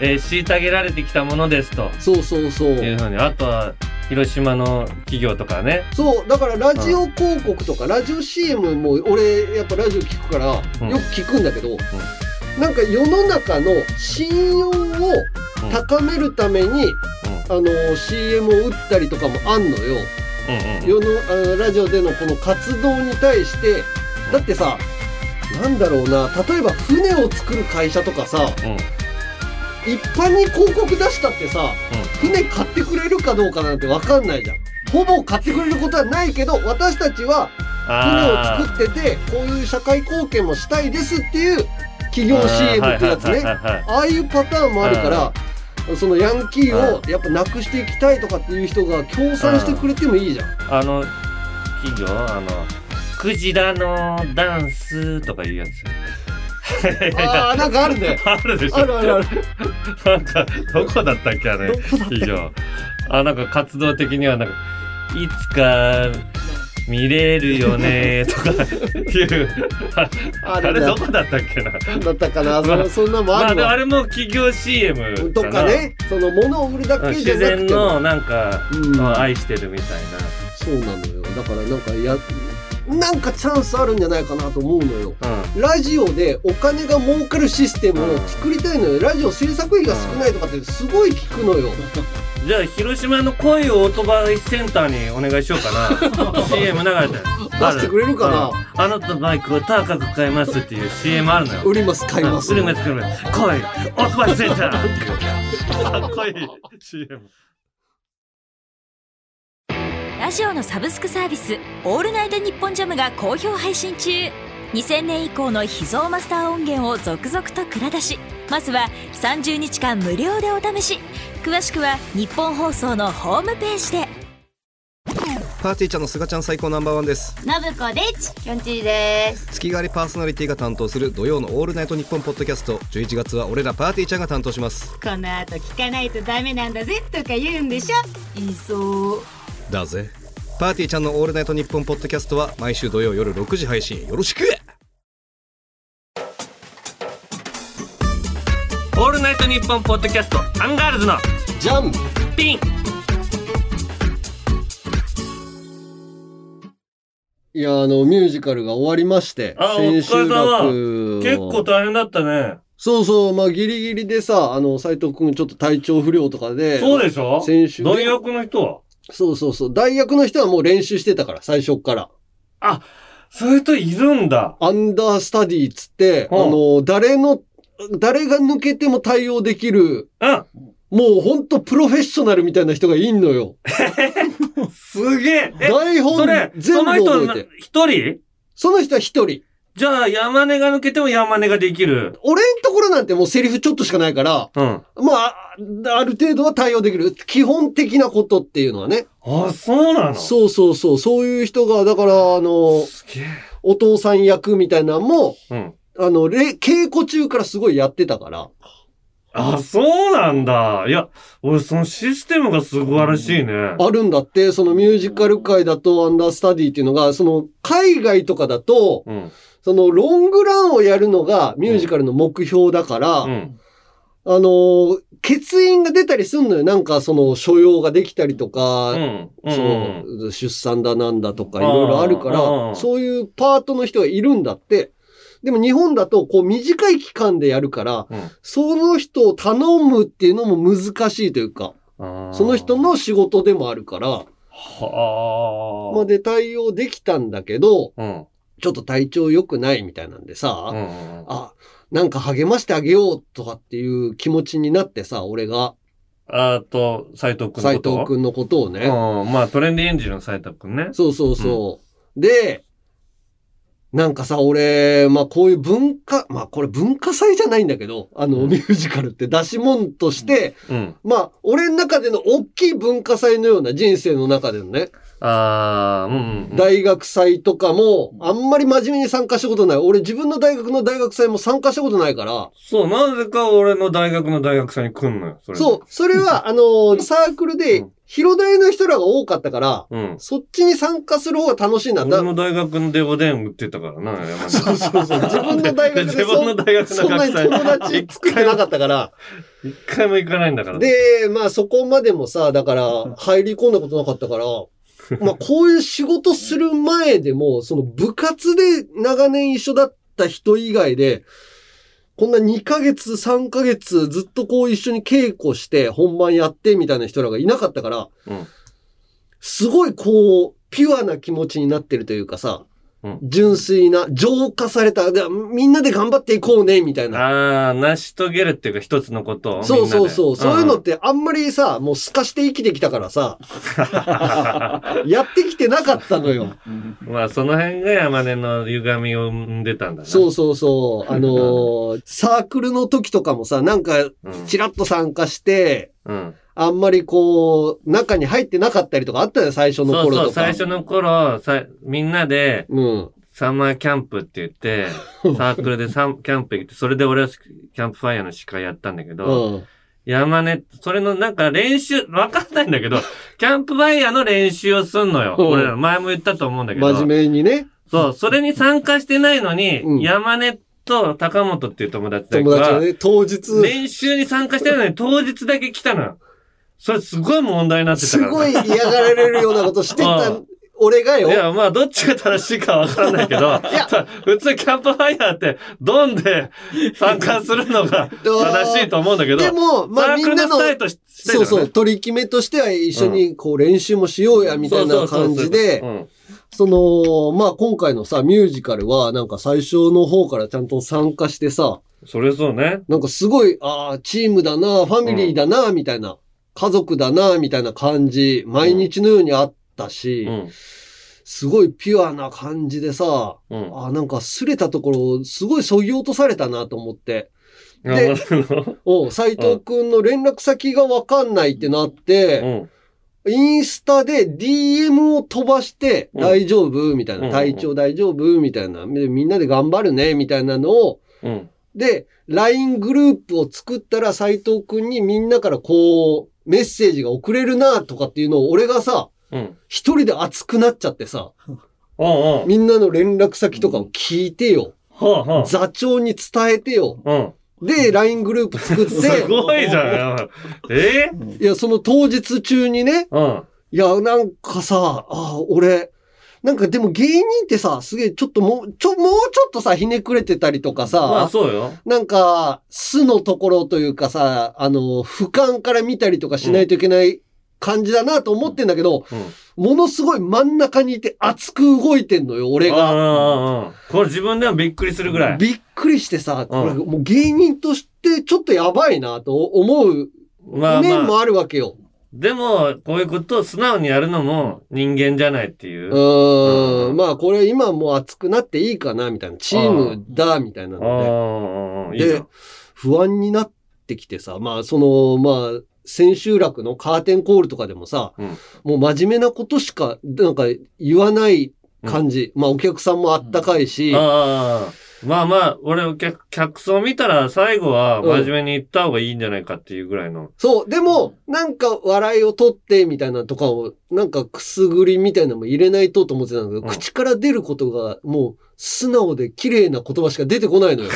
A: えー、虐げられてきたものですと
B: そうそうそ
A: いう
B: う。
A: ふうに。あとは、広島の企業とかね。
B: そう、だからラジオ広告とかラジオ CM も俺やっぱラジオ聞くからよ
A: うん
B: く聞くんだけど、なんか世の中の信用を高めるために、あの CM を打ったりとかもあんの
A: うん
B: よ。
A: うんうん。
B: 世のあのラジオでのこの活動に対してだってさなんだろうな例えば船を作る会社とかさ
A: うん
B: 一般に広告出したってさ、船買ってくれるかどうかなんて分かんないじゃん。ほぼ買ってくれることはないけど私たちは
A: あ
B: 船を作っててこういう社会貢献もしたいですっていう企業 CM ってやつ
A: あー
B: ね。
A: はいはいはいはいはい
B: ああいうパターンもあるから、そのヤンキーをやっぱなくしていきたいとかっていう人が協賛してくれてもいいじゃん。
A: あの企業あのクジラのダンスとかいうやついやいや
B: ああー、なんかあるね。
A: [laughs] あるでしょ
B: あるあるある。
A: なんかどこだったっけあれ
B: どこだ
A: 企業あなんか活動的にはなんかいつか見れるよ
B: [laughs]
A: ねとかいうあ
B: あ
A: あ
B: れ
A: れ
B: だ
A: どこだったっけな
B: だったかな、
A: まあ
B: そそんなも
A: ま
B: あ
A: あ
B: る
A: で
B: わ
A: もあれも企業 CM
B: と
A: な
B: かね、その物を売るだ
A: うん
B: けじゃ
A: 自
B: なく
A: 然
B: ても、
A: のなんか
B: うん、
A: 愛してるみたいな
B: そうなのよ。だからなんかや、なんかチャンスあるんじゃないかなと思うのよ。ラジオでお金が儲かるシステムを作りたいのよ。ラジオ制作費が少ないとかってすごい聞くのよ。
A: じゃあ、広島の恋オートバイセンターにお願いしようか
B: [laughs]
A: な。CM 流れて。
B: 出してくれるかな
A: なあなたのバイクを高く買いますっていう CM あるのよ。
B: 売ります、買います。
A: 売ります、売ります。恋オートバイセンターっていう。かっこいい CM。
C: ラジオのサブスクサービス「オールナイトニッポンジャム」が好評配信中2000年以降の秘蔵マスター音源を続々と蔵出しまずは30日間無料でお試し詳しくは日本放送のホームページで
D: パーティーちゃんのすがちゃん最高ナンバーワンです
C: 信子でち
E: きょんちぃです。
D: 月替わりパーソナリティが担当する土曜のオールナイトニッポンポッドキャスト11月は俺らパーティーちゃんが担当します
E: この後聞かないとダメなんだぜとか言うんでしょ言いそう。
D: だぜパーティーちゃんのオールナイトニッポンポッドキャストは毎週土曜夜6時配信よろしく
A: オールナイトニッポンポッドキャスト、アンガールズの
B: じゃん
A: ピン
B: いや、あの、ミュージカルが終わりまして、
A: あお疲れ様結構
B: 構
A: 大変だったね。
B: そうそう、まあ、ギリギリでさ、あの、斎藤くんちょっと体調不良とかで。
A: そうでしょ
B: 先週ね
A: 大学の人は
B: そうそうそう。大学の人はもう練習してたから、最初っから。
A: そういう人いるんだ。
B: アンダースタディっつって、あ
A: はあ
B: の、誰の、誰が抜けても対応できる、
A: あ
B: もうほんとプロフェッショナルみたいな人がいんのよ。
A: すげええ
B: 台
A: そ
B: 本
A: れ、そ
B: 全部
A: の人
B: 覚
A: な
B: えて。、
A: 一人
B: その人は一人。
A: じゃあ、山根が抜けても山根ができる。
B: 俺んところなんてもうセリフちょっとしかないから、
A: うん。
B: まあ、あある程度は対応できる。基本的なことっていうのはね。
A: あ、そうなの
B: そうそうそう。そういう人が、だから、あの、
A: すげえ。
B: お父さん役みたいなのも、
A: うん。
B: あの、れ稽古中からすごいやってたから。
A: あ、そうなんだ。いや、俺、そのシステムが素晴らしいね。
B: あるんだって、そのミュージカル界だとアンダースタディっていうのが、その海外とかだと、
A: うん。
B: そのロングランをやるのがミュージカルの目標だから、
A: うん。
B: あのー欠員が出たりすんのよ。なんかその所要ができたりとか、
A: うん。うん。うん
B: そう、出産だなんだとかいろいろあるか
A: あ
B: ら、
A: あ
B: そういうパートの人がいるんだって。でも日本だとこう短い期間でやるから、
A: うん
B: その人を頼むっていうのも難しいというか、
A: あー
B: その人。の仕事でもあるから、
A: はあ。
B: まあで対応できたんだけど、
A: うん。
B: ちょっと体調良くないみたいなんでさ、
A: うんうん。
B: あ、なんか励ましてあげようとかっていう気持ちになってさ、俺が
A: あと、斎藤くんの
B: 斎
A: こと
B: 藤くんのことをね。
A: うん。まあ、トレンディエンジンの斎藤くんね。
B: そうそうそう。で、なんかさ、俺、まあこういう文化、まあこれ文化祭じゃないんだけど、あの、
A: うん
B: ミュージカルって出し物として、
A: うん。
B: まあ俺の中での大きい文化祭のような人生の中でのね、
A: ああ、うんうんうん。
B: 大学祭とかも、あんまり真面目に参加したことない。俺自分の大学の大学祭も参加したことないから、
A: そう、なぜか俺の大学の大学祭に来んのよ、それ。
B: そう、そ
A: [laughs]
B: れは、あのーサークルで
A: うん、
B: 広大の人らが多かったから、
A: う。うん。
B: そっちに参加する方が楽しいんだ。だ
A: 俺の大学のデボデン売ってたからな、山根。
B: そうそうそう。自分の
A: [laughs]
B: 大学で
A: 自分の
B: そ
A: 大学
B: そ
A: の
B: んな
A: 学
B: に
A: 祭
B: 友達作ってなかったから。
A: 一回も行かないんだから。
B: で、まあそこまでもさ、だから入り込んだことなかっ
A: [laughs]
B: たから、まあこういう仕事する前でも、その部活で長年一緒だった人以外で、こんな2ヶ月、3ヶ月ずっとこう一緒に稽古して本番やってみたいな人らがいなかったから、
A: うん
B: すごいこう、ピュアな気持ちになってるというかさ、
A: うん
B: 純粋な、浄化された、でみんなで頑張っていこうね、みたいな。
A: ああ、成し遂げるっていうか一つのことをみんなで。
B: そうそうそう。そういうのっ
A: ん。
B: てあんまりさ、もう透かして生きてきたからさ、やってきてなかったのよ。
A: まあ、その辺が山根の歪みを生んでたんだな。
B: そうそうそう。あのーサークルの時とかもさ、なんか、
A: うん。
B: チラッと参加して、
A: うん。
B: あんまりこう、中に入ってなかったりとかあったよ、最初の
A: そう
B: 頃とか。
A: そう、最初の頃、さみんなで
B: うん。
A: サマーキャンプって言
B: [laughs]
A: って、サークルでサンキャンプ行って、それで俺はキャンプファイヤーの司会やったんだけど、
B: うん。
A: 山根、それのなんか練習、わかんないんだけ
B: [laughs]
A: ど、キャンプファイヤーの練習をすんのよ。
B: うん
A: 俺ら前も言ったと思うんだけど。
B: 真面目にね、
A: そう、それに参加してないのに、
B: うん
A: 山根と高本っていう友達だけ
B: 友達が
A: は、
B: ね、当日、
A: 練習に参加してないのに当日だけ来たのよ。それすごい問題になってた
B: す
A: から。
B: ごい嫌がられるようなことしてた
A: うん
B: 俺がよ。
A: いや、まあ、どっちが正しいかわかんないけど、普通キャンプファイヤーって、ドンで参加するのが正しいと思うんだけど、
B: でも、まあ
A: サー
B: み
A: クル
B: んな
A: の
B: の
A: スタイルとししてる
B: そ
A: よ
B: う
A: ね
B: そう、取り決めとしては一緒にこう練習もしようや、みたいな感じで
A: そう、そう
B: その、まあ今回のさ、ミュージカルはなんか最初の方からちゃんと参加してさ、
A: そうそううんそれそうね。
B: なんかすごい、ああ、チームだな、ファミリーだな、みたいな、家族だな、みたいな感じ、毎日のようにあったし
A: う、ん。
B: すごいピュアな感じでさ、
A: うん。
B: ああ、なんか擦れたところ、すごい削ぎ落とされたなと思って、で
A: 山根の
B: お斎藤くんの連絡先がわかんないってなって、
A: うん。
B: インスタで DM を飛ばして、
A: うん
B: 大丈夫みたい
A: うんう
B: な。
A: ん
B: 体調大丈夫みたいな。でみんなで頑張るねみたいなのを。
A: うん。
B: で、LINE グループを作ったら斎藤くんにみんなからこう、メッセージが送れるなとかっていうのを俺がさ、
A: うん。
B: 一人で熱くなっちゃってさ、
A: うん。うん。
B: みんなの連絡先とかを聞いてよ。
A: はあは
B: 座長に伝えてよ。
A: あ。うん。
B: で、LINE グループ作
A: [laughs]
B: っ
A: す
B: て、
A: ごいじゃん山根。え
B: いや、その当日中にね、
A: うん。
B: いや、なんかさ、ああ、俺、なんかでも芸人ってさ、すげえちょっともう、ちょ、もうちょっとさ、ひねくれてたりとかさ、
A: まあそうよ。
B: なんか、素のところというかさ、あの、俯瞰から見たりとかしないといけない感じだなと思ってんだけど、
A: うん
B: ものすごい真ん中にいて熱く動いてんのよ、俺が。
A: ああ、これ自分でもびっくりするぐらい。
B: びっくりしてさ、これ
A: う
B: もう芸人としてちょっとやばいなと思う
A: まあ
B: 面
A: まあ、
B: もあるわけよ。
A: でも、こういうことを素直にやるのも人間じゃないっていうう。
B: ー、
A: うんん
B: まあこれ今もう熱くなっていいかな、みたいな。チームだ、みたいな
A: あ
B: ので。
A: あ、いいじゃ
B: で
A: ん。、
B: 不安になってきてさ、まあ、その、まあ、千秋楽のカーテンコールとかでもさ、
A: うん
B: もう真面目なことしか、なんか言わない感じ。まあ、お客さんもあったかいし、
A: ああ、まあまあ、俺、お客、客層見たら最後は真面目に言った方がいいんじゃないかっていうぐらい
B: [laughs]
A: の。
B: そう、でも、なんか笑いを取ってみたいなとかを、なんかくすぐりみたいなのも入れないとと思ってたんだけど、
A: うん
B: 口から出ることが、もう、素直で綺麗な言葉しか出てこないのよ。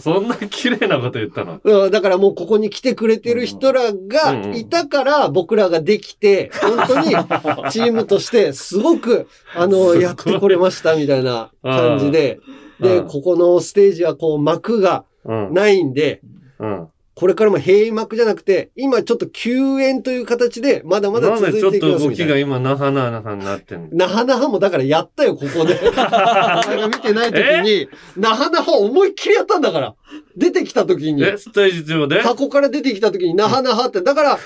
A: そんな綺麗なこと言ったの。
B: うん、だからもうここに来てくれてる人ら
A: うんう
B: が
A: ん
B: いたから僕らができて、
A: [laughs]
B: 本当にチームとしてすごく、あ
A: す
B: の、
A: ごい
B: やってこれましたみたいな感じで、で、
A: うん
B: ここのステージはこう幕が
A: うん。
B: ないんで、
A: うん。
B: これからも閉幕じゃなくて、今ちょっと休演という形で、まだまだ
A: なん
B: 続い
A: でちょって
B: いき
A: と
B: ます
A: 動
B: みた
A: き
B: いな
A: が。今、なはなはなはになってんの
B: なはなはもだからやったよ、こ
A: [laughs]
B: こで。俺が見てない時に、なはなは思いっきりやったんだから。出てきた時に。
A: え、ステージ中で
B: 箱から出てきた時になはなはって、だから、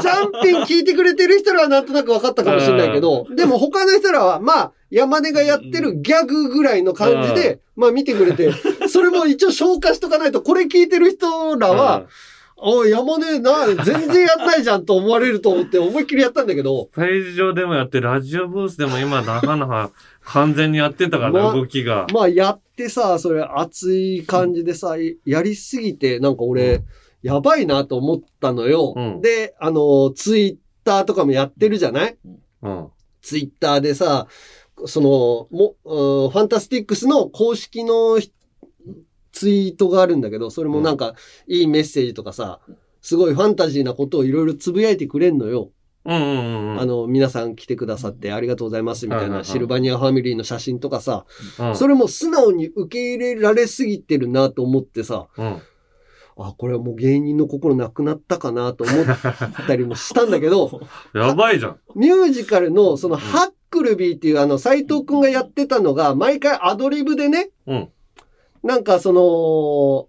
B: ジャンピン聞いてくれてる人らはなんとなく分かったかもしれないけど、でも他の人らは、まあ、山根がやってるギャグぐらいの感じで、まあ見てくれて、それも一応消化しとかないと、これ聞いてる人らは、おい、山根な、全然やんないじゃんと思われると思って思いっきりやったんだけど、
A: ステージ上でもやって、ラジオブースでも今、なはなは完全にやってたからね、
B: ま
A: 動きが。
B: まあやってさ、それ熱い感じでさ、やりすぎて、なんか俺、やばいなと思ったのよ。
A: うん
B: で、あの、ツイッターとかもやってるじゃない
A: うん。
B: ツイッターでさ、その、も、うんファンタスティックスの公式のひツイートがあるんだけど、それもなんか、いいメッセージとかさ、すごいファンタジーなことをいろいろつぶやいてくれんのよ。
A: うんうんうん。
B: あの、皆さん来てくださってありがとうございますみたい
A: はいはいは
B: な、
A: い
B: シルバニアファミリーの写真とかさ、
A: うん、
B: それも素直に受け入れられすぎてるなと思ってさ、
A: うん。
B: あ、これはもう芸人の心なくなったかなと思ったりもしたんだけど、
A: [laughs] やばいじゃん。
B: ミュージカルの、その、ハックルビーっていう、あの、斎藤くんがやってたのが、毎回アドリブでね、
A: うん。
B: なんかその、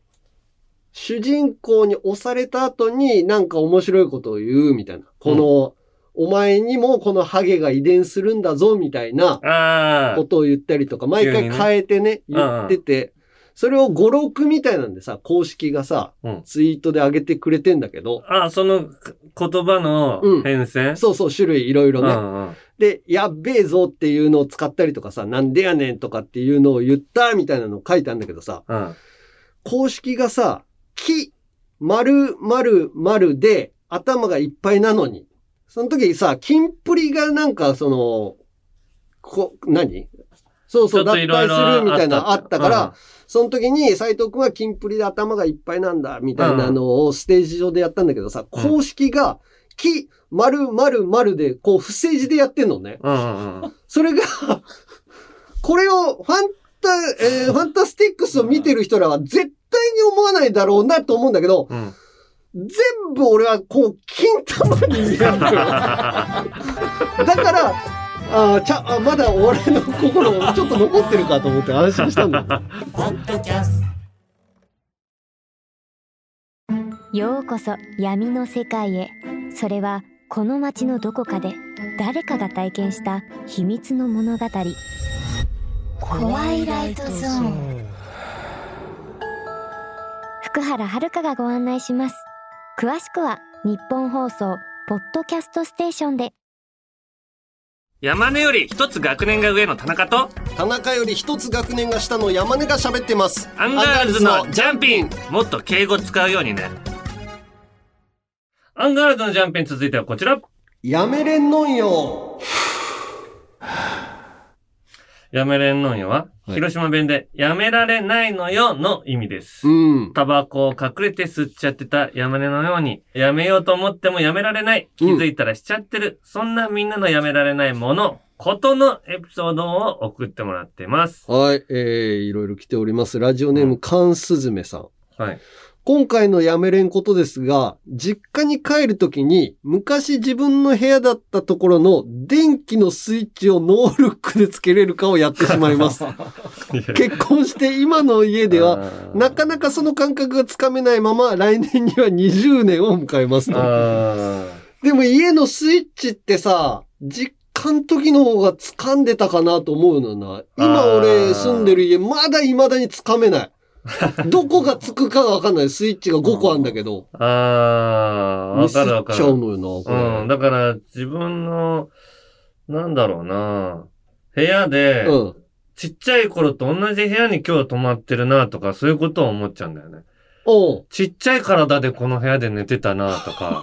B: 主人公に押された後になんか面白いことを言うみたいな。この、お前にもこのハゲが遺伝するんだぞみたいな
A: ああ
B: こ。とを言ったりとか、毎回
A: 急にね
B: 変えてね、
A: うん
B: 言ってて、それを5、6みたいなんでさ、公式がさ
A: うん、
B: ツイートで上げてくれてんだけど、
A: あ、その言葉の
B: うん
A: 変遷、
B: そうそう、種類いろいろね。
A: んうん
B: で、やっべえぞっていうのを使ったりとかさ、なんでやねんとかっていうのを言ったみたいなのを書いたんだけどさ、
A: うん。
B: 公式がさ、木、丸、丸、丸で頭がいっぱいなのに、その時さ、キンプリがなんかその、こ、何そうそう、
A: ちょっといろい
B: 脱退
A: ろ
B: するみたいなのあ
A: あっ
B: ったたから、その時に斎藤くんはキンプリで頭がいっぱいなんだ、みたいなのをステージ上でやったんだけどさ、
A: うん
B: 公式が、木、丸、丸、丸で、こう、不正字でやってんのね。
A: うんうんうん。
B: それが、 [laughs] これをファンタ、えーファンタスティックスを見てる人らは絶対に思わないだろうなと思うんだけど、 [laughs]
A: うん。
B: 全部俺はこう、金玉に見える。だから、あーちゃあまだ俺の心をちょっと残ってるかと思って安心したんだ。
F: ようこそ闇の世界へそれはこの街のどこかで誰かが体験した秘密の物語怖いライトゾーン福原遥がご案内します詳しくは日本放送ポッドキャストステーションで
A: 山根より一つ学年が上の田中と、
B: 田中より一つ学年が下の山根が喋ってます。
A: アンガールズのジャンピンもっと敬語使うようにね。アンガールズのジャンピン続いてはこちら。
B: やめれんのんよ。
A: やめれんのんよは、
D: はい
A: 広島弁で、やめられないのよの意味です。
B: うん。
A: タバコを隠れて吸っちゃってたやめれのように、やめようと思ってもやめられない。気づいたらしちゃってる。そんなみんなのやめられないもの、ことのエピソードを送ってもらってます。
B: はい、えー、いろいろ来ております。ラジオネー
A: う
B: ム、カンスズメさん。
A: はい。
B: 今回のやめれんことですが、実家に帰るときに、昔自分の部屋だったところの電気のスイッチをノールックでつけれるかをやってしまい
A: [laughs]
B: ます。結婚して今の家では、
A: は
B: なかなかその感覚がつかめないまま、来年には20年を迎えますと。
A: あ
B: でも家のスイッチってさ、実家の時の方が掴んでたかなと思うのな。今
A: あー
B: 俺住んでる家、まだ未だに掴
A: [laughs]
B: めない。どこがつくかがわかんない。スイッチが5個あるんだけど。
A: ーあー、
B: ミ
A: わ
B: スっ
A: かるわか
B: ちゃう
A: る。
B: のよな、これ。
A: うん、だから自分の、なんだろうな、部屋で、
B: うん。
A: ちっちゃい頃と同じ部屋に今日泊まってるなとか、そういうことを思っちゃうんだよね。
B: おう
A: ちっちゃい体でこの部屋で寝てたなと
B: [laughs]
A: か、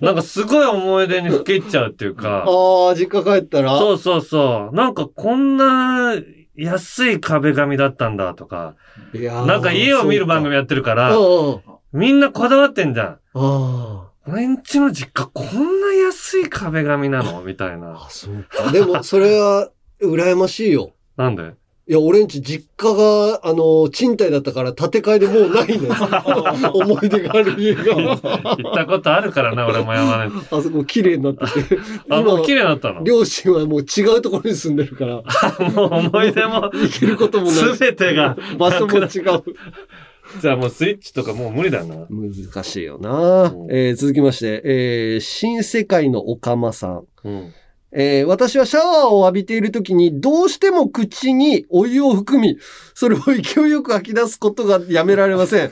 A: なんかすごい思い出にふけっちゃうっていうか、
B: [laughs] ああ、実家帰ったら。
A: そうそうそう、なんかこんな安い壁紙だったんだとか、
B: いやー
A: なんか家を見る番組やってるか、
B: そうからうんうん。
A: みんなこだわってんじゃん。
B: あ
A: 俺んちの実家こんな安い壁紙なのみたい
B: ー
A: な
B: あ、。そうか。でも、それは、羨ましいよ。
A: なんで
B: いや、俺んち実家が、あの、賃貸だったから建て替えでもうないの [laughs] よ。思い出がある家が。
A: 行ったことあるからな、俺も山根。
B: あそこ綺麗になってて。
A: あ、もう綺
B: [laughs] 今、
A: 麗になったの。
B: 両親はもう違うところに住んでるから、
A: もう思い出も、
B: 行けることもない。
A: すべてが。
B: 場所も違う。
A: [laughs] じゃあもうスイッチとかもう無理だな。
B: [laughs] 難しいよな、
A: うん
B: えー続きまして、えー新世界のオカマさん。
A: うん。
B: えー私はシャワーを浴びている時にどうしても口にお湯を含み、それを勢いよく吐き出すことがやめられません。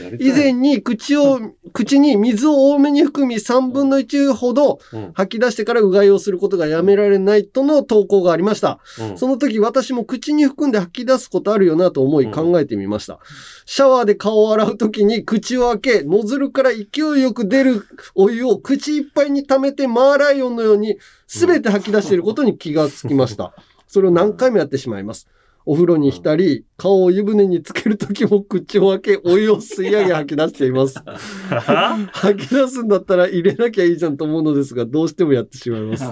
A: やりたい
B: 以前に口を、口に水を多めに含み3分の1ほど
A: うん
B: 吐き出してからうがいをすることがやめられないとの投稿がありました。
A: うん
B: その時私も口に含んで吐き出すことあるよなと思
A: うん
B: い考えてみました。シャワーで顔を洗う時に口を開け、ノズルから勢いよく出るお湯を口いっぱいに溜めてマーライオンのように全て吐き出していることに気がつきました。それを何回もやってしまいます。お風呂に浸り、顔を湯船につける時も口を開け、お湯を吸い上げ吐き出しています。
A: あ
B: [laughs] 吐き出すんだったら入れなきゃいいじゃんと思うのですが、どうしてもやってしまいます。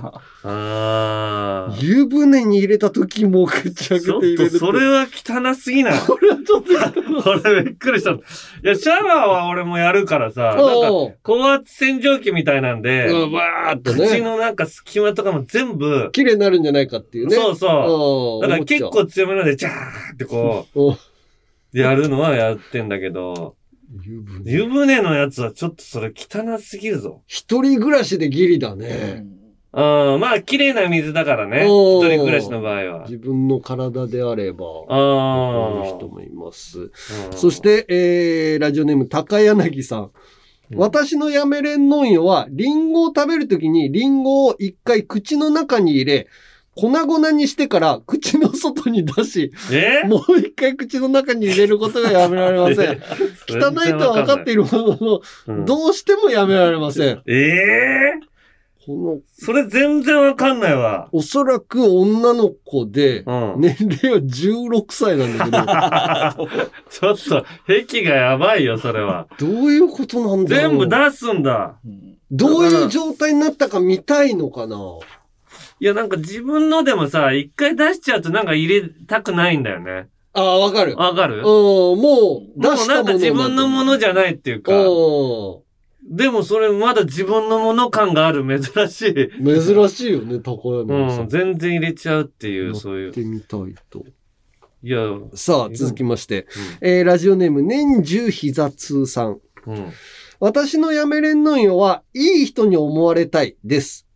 A: あー。
B: 湯船に入れた時も口開け
A: ち
B: て
A: ょっ
B: 入れる
A: と
B: って
A: それは汚すぎない。
B: これはちょっとやった
A: [laughs] これびっくりした。いや、シャワーは俺もやるからさ、なんか
B: おう
A: 高圧洗浄機みたいなんで、
B: うんわーっと
A: 口
B: ね。
A: のなんか隙間とかも全部、
B: 綺麗になるんじゃないかっていうね。
A: そうそう。
B: そ
A: だから結構強めので、ジャーってこう、やるのはやってんだけど、
B: 湯船。
A: 湯船のやつはちょっとそれ汚すぎるぞ。
B: 一人暮らしでギリだね。
A: うん、まあ綺麗な水だからね。一
B: おー
A: 人暮らしの場合は。
B: 自分の体であれば。
A: あ
B: こういう
A: あ。
B: 人もいます。
A: うん
B: そし、て、えー、ラジオネーム、高柳さん。
A: うん
B: 私のやめれんのんよは、リンゴを食べるときにリンゴを一回口の中に入れ、粉々にしてから口の外に出し、
A: え
B: もう一回口の中に入れることがやめら
A: [laughs]
B: れません。汚いとは分かっているもの
A: うん
B: の、どうしてもやめられません。
A: ええ
B: この、
A: それ全然わかんないわ。
B: おそらく女の子で、
A: うん。
B: 年齢は16歳なんだ
A: ちょっと、癖がやばいよ、それは。 [laughs]
B: けど、どういうことなんだろう
A: 全部出すんだ。
B: どういう状態になったか見たいのかなあ
A: いや、なんか自分のでもさ、一回出しちゃうとなんか入れたくないんだよね。
B: あ、わかる。
A: わかる
B: うん、もう、出
A: もう
B: し
A: なん
B: たも
A: か
B: の
A: 自分のものじゃないっていうか。
B: う
A: でもそれまだ自分のもの感がある珍しい。
B: ん。珍しいよね、高柳
A: う
B: さ。
A: んん、全然入れちゃうっていう、
B: 乗
A: そうい
B: や
A: う
B: っ。てみたいと。
A: いや、
B: さあ、続きまして、えー、ラジオネーム、年中膝通さん。
A: うん。
B: 私の辞めれんのんよは、いい人に思われたいで
A: う
B: す。
A: ん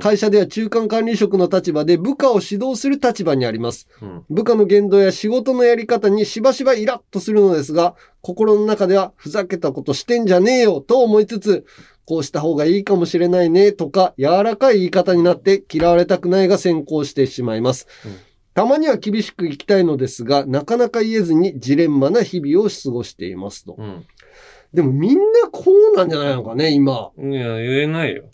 B: 会社では中間管理職の立場で部下を指導する立場にあります。
A: うん
B: 部下の言動や仕事のやり方にしばしばイラッとするのですが、心の中ではふざけたことしてんじゃねえよと思いつつ、こうした方がいいかもしれないねとか柔らかい言い方になって嫌われたくないが先行してしまいます。
A: うん
B: たまには厳しくいきたいのですが、なかなか言えずにジレンマな日々を過ごしていますと。
A: うん。
B: でもみんなこうなんじゃないのかね、今。
A: いや、言えないよ。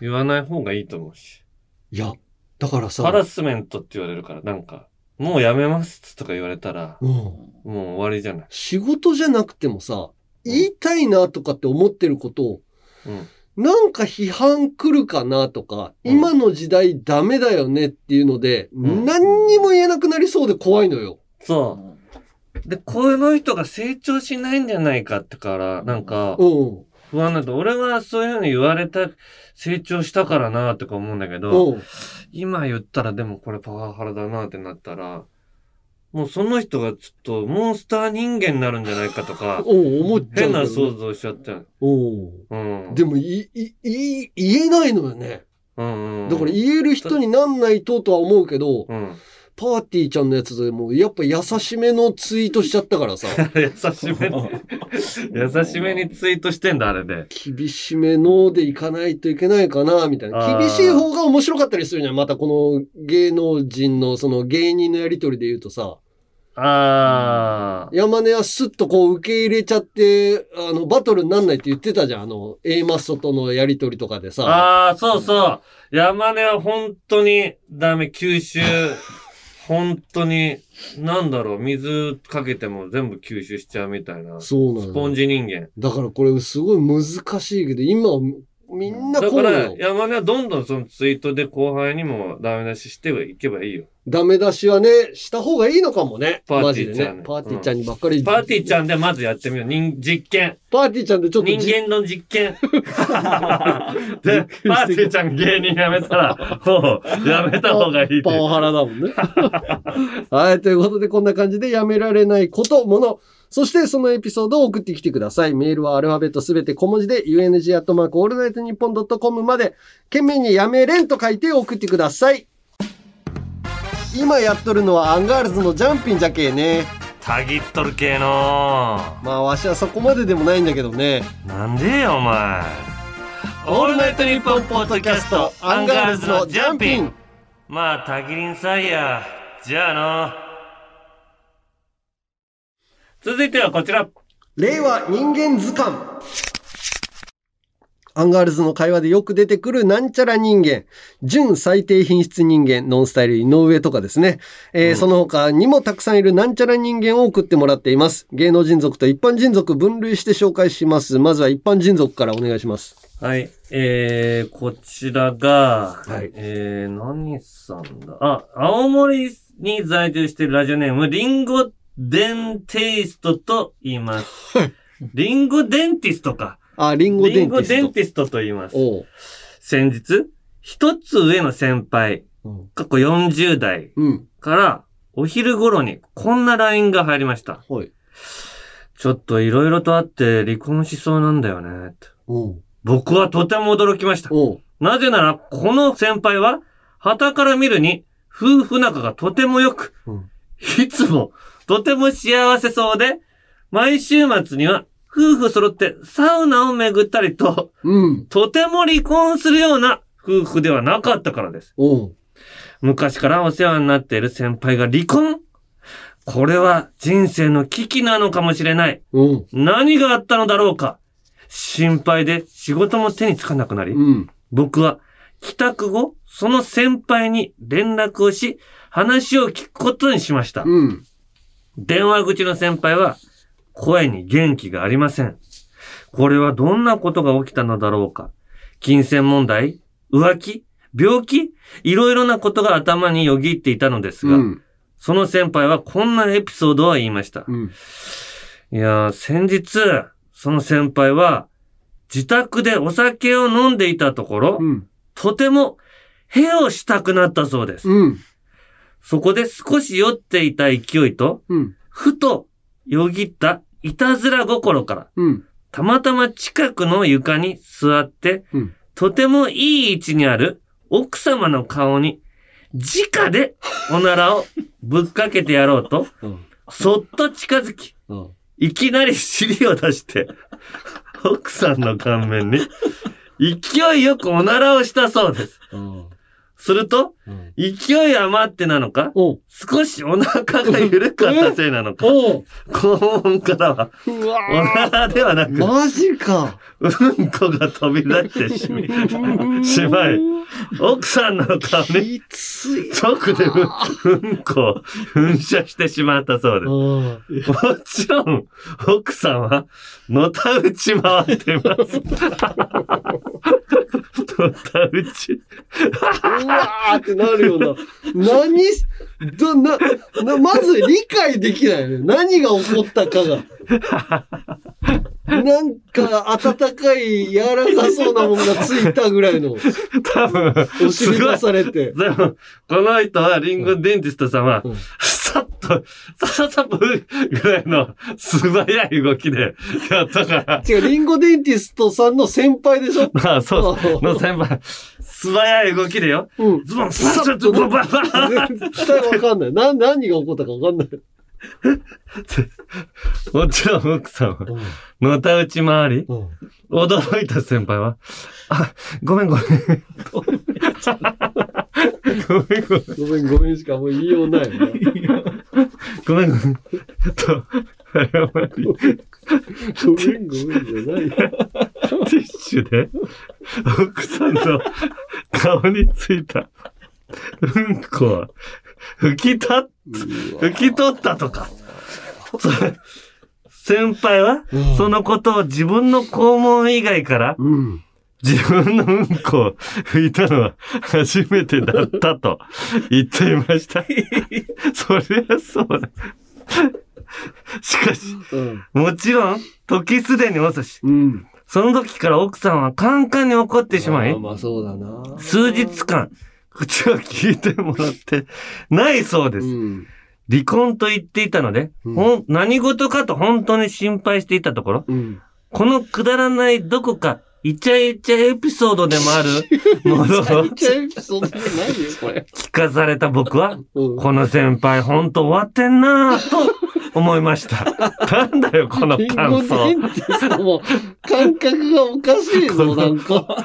A: 言わない方がいいと思うし。
B: いや、だからさ
A: ハ、ラスメントって言われるから、なんか、もうやめますとか言われたら、
B: うん、
A: もう終わりじゃない。
B: 仕事じゃなくてもさ、言いたいなとかって思ってることを、
A: うん。
B: なんか批判来るかなとか、
A: うん
B: 今の時代ダメだよねっていうので、
A: うん
B: 何にも言えなくなりそうで怖いのよ。
A: そう。で、この人が成長しないんじゃないかってから、なんか、
B: うん。
A: 不安だと、俺はそういうふうに言われた、成長したからなとか思うんだけど、
B: うん。
A: 今言ったらでもこれパワハラだなってなったら、もうその人がちょっとモンスター人間になるんじゃないかとか、
B: うん、思っ [laughs] ちゃ
A: 変
B: うんだよね、
A: な想像しちゃった。
B: う
A: うん。
B: ん。でも、い、い、い、言えないのよね。
A: うんうん。
B: だから言える人になんないととは思うけど、
A: うん。 [laughs]
B: パーティーちゃんのやつでもうやっぱ優しめのツイートしちゃったからさ、
A: 優し
B: [laughs]
A: めに、優しめにツイートしてんだ、あれで。
B: 厳しめのでいかないといけないかな、みたいな。
A: あー
B: 厳しい方が面白かったりするじゃん。またこの芸能人のその芸人のやりとりで言うとさ、
A: あー。
B: 山根はスッとこう受け入れちゃって、あの、バトルになんないって言ってたじゃん。あの、A マッソとのやりとりとかでさ。
A: あー、そうそう。山根は本当にダメ、吸
B: [laughs]
A: 収。本当に、なんだろう、水かけても全部吸収しちゃうみたいな。ス
B: そうなのよ。
A: ポンジ人間。
B: だからこれすごい難しいけど、今はみんな
A: だ
B: こ
A: か
B: う
A: ら
B: よ、。
A: 山根はどんどんそのツイートで後輩にもダメ出ししていけばいいよ。
B: ダメ出しはね、した方がいいのかもね。
A: パ
B: マ
A: ーティ
B: ジで
A: ーちゃん
B: ね。パーティーちゃんにばっかり。
A: パーティーち
B: ゃん。
A: ゃんでまずやってみよう。人実験。
B: パーティーちゃんでちょっと
A: 人
B: じ
A: 間の実 [laughs] 験。で、パーティーちゃん芸人やめたら、もう、やめた方がいいって
B: パワハラだもんね。 [laughs] はい。ということで、こんな感じでやめられないこと、もの、そしてそのエピソードを送ってきてください。メールはアルファベットすべて小文字で、u n g a l l n i g h t n i p p o n c o m まで、懸命にやめれんと書いて送ってください。今やっとるのはアンガールズのジャンピンじゃけえね。
A: たぎっとる系の。
B: まあ、わしはそこまででもないんだけどね。
A: なんでよ、お前。オールナイトニッポンポッドキャスト、アンガールズのジャンピン。。まあ、たぎりんさいや。じゃあの。続いてはこちら。
B: 令和人間図鑑。アンガールズの会話でよく出てくるなんちゃら人間、純最低品質人間、ノンスタイル井上とかですね。えーその他にもたくさんいるなんちゃら人間を送ってもらっています。芸能人族と一般人族分類して紹介します。まずは一般人族からお願いします。
A: はい、えー、こちらが、
B: はい
A: えー、何さんだあ、青森に在住しているラジオネーム、リンゴデンテイストと言います。リンゴデンティストか。
B: あ、リンゴ
A: リ
B: デ
A: ン
B: ンテ
A: ゴ
B: ィスト。
A: デンティストと言います。
B: おう。
A: 先日、一つ上の先輩、
B: うん
A: 過去40代
B: うん。
A: から、お昼頃にこんな LINE が入りました。
B: はい。
A: ちょっといろいろとあって離婚しそうなんだよね。と
B: おう。
A: 僕はとても驚きました。
B: おう。
A: なぜなら、この先輩は、旗から見るに、夫婦仲がとても良く、
B: うん
A: いつもとても幸せそうで、毎週末には、夫婦揃ってサウナを巡ったりと、
B: うん。
A: とても離婚するような夫婦ではなかったからです。
B: おう。
A: 昔からお世話になっている先輩が離婚これは人生の危機なのかもしれない。
B: うん。
A: 何があったのだろうか心配で仕事も手につかなくなり、
B: うん。
A: 僕は帰宅後、その先輩に連絡をし、話を聞くことにしました。
B: うん。
A: 電話口の先輩は、声に元気がありません。これはどんなことが起きたのだろうか。金銭問題浮気病気いろいろなことが頭によぎっていたのですが、
B: うん。
A: その先輩はこんなエピソードを言いました。
B: うん。
A: いやー、先日、その先輩は、自宅でお酒を飲んでいたところ、
B: うん。
A: とても、ヘをしたくなったそうです。
B: うん。
A: そこで少し酔っていた勢いと、
B: うん。
A: ふとよぎったいたずら心から、
B: うん。
A: たまたま近くの床に座って、
B: うん
A: とてもいい位置にある奥様の顔に、直でおならをぶっかけてやろうと、
B: うん。
A: そっと近づき、
B: うん。
A: いきなり尻を出して、 [laughs] 奥さんの顔面に、勢いよくおならをしたそうです。
B: うん。
A: すると、勢い余ってなのか、
B: おう
A: 少しお腹が緩かったせいなのか、
B: おう
A: 肛門からは、
B: う
A: お
B: わ
A: ならではなく、
B: ーマジか。
A: うんこが飛び出してしまい、しまい奥さんの顔に
B: きつい。
A: 直でううんこを噴射してしまったそうです。
B: うん
A: もちろん、奥さんは、のたうち回ってます。のたうち。
B: うわーってなる
A: [laughs]
B: ような。何しど、な、な、まず理解できないよね。何が起こったか
A: [laughs]
B: が。なんか、温かい、柔らかそうなものがついたぐらいの、
A: 多分、
B: お
A: す
B: 尻
A: ご
B: 出
A: い。
B: されて。
A: でも、この人は、リンゴデンティストさんは
B: うん、
A: さっと、さささぶぐらいの素早い動きでやったから、
B: 違う、リンゴデンティストさんの先輩でしょ
A: まあそうそう、
B: うん
A: の先輩、素早い動きでよ、
B: うん。
A: ズボン、さっと、バババ
B: 絶対わかんない。な、何が起こったかわかんない。
A: もちろん奥さんは、のたうち回り、
B: うん
A: 驚いた先輩は、あ、ごめんごめん。ごめんごめん。
B: ごめん、ごめんしかもう言いようないよね。
A: ごめんごめん。と、謝り、
B: ごめん、ごめんじゃないよ。
A: ティッシュで、奥さんの顔についた、うんこは、拭きたっ、拭き取ったとか。そ先輩は、そのことを自分の肛門以外から、
B: うん。
A: 自分のうんこを拭いたのは初めてだったと言っていました。そりゃそうだ。しかし、
B: うん。
A: もちろん、時すでに遅し、
B: うん。
A: その時から奥さんはカンカンに怒ってしま
B: あ
A: い
B: ー、まあそうだな。
A: 数日間、口を聞いてもらってないそうです。
B: うん。
A: 離婚と言っていたので、
B: うん
A: ほん何事かと本当に心配していたところ、
B: うん。
A: このくだらないどこか、イチャイチャエピソードでもあ
B: [laughs]
A: るものを
B: めっちゃエピソードじゃないよ、これ。
A: 聞かされた僕は、
B: うん。
A: この先輩ほんと終わってんなぁと思いま
B: [laughs]
A: した。なんだよ、この
B: リンゴ
A: 感
B: デ
A: 想。
B: ンティストも感覚がおかしい
A: この
B: ぞ、なんか。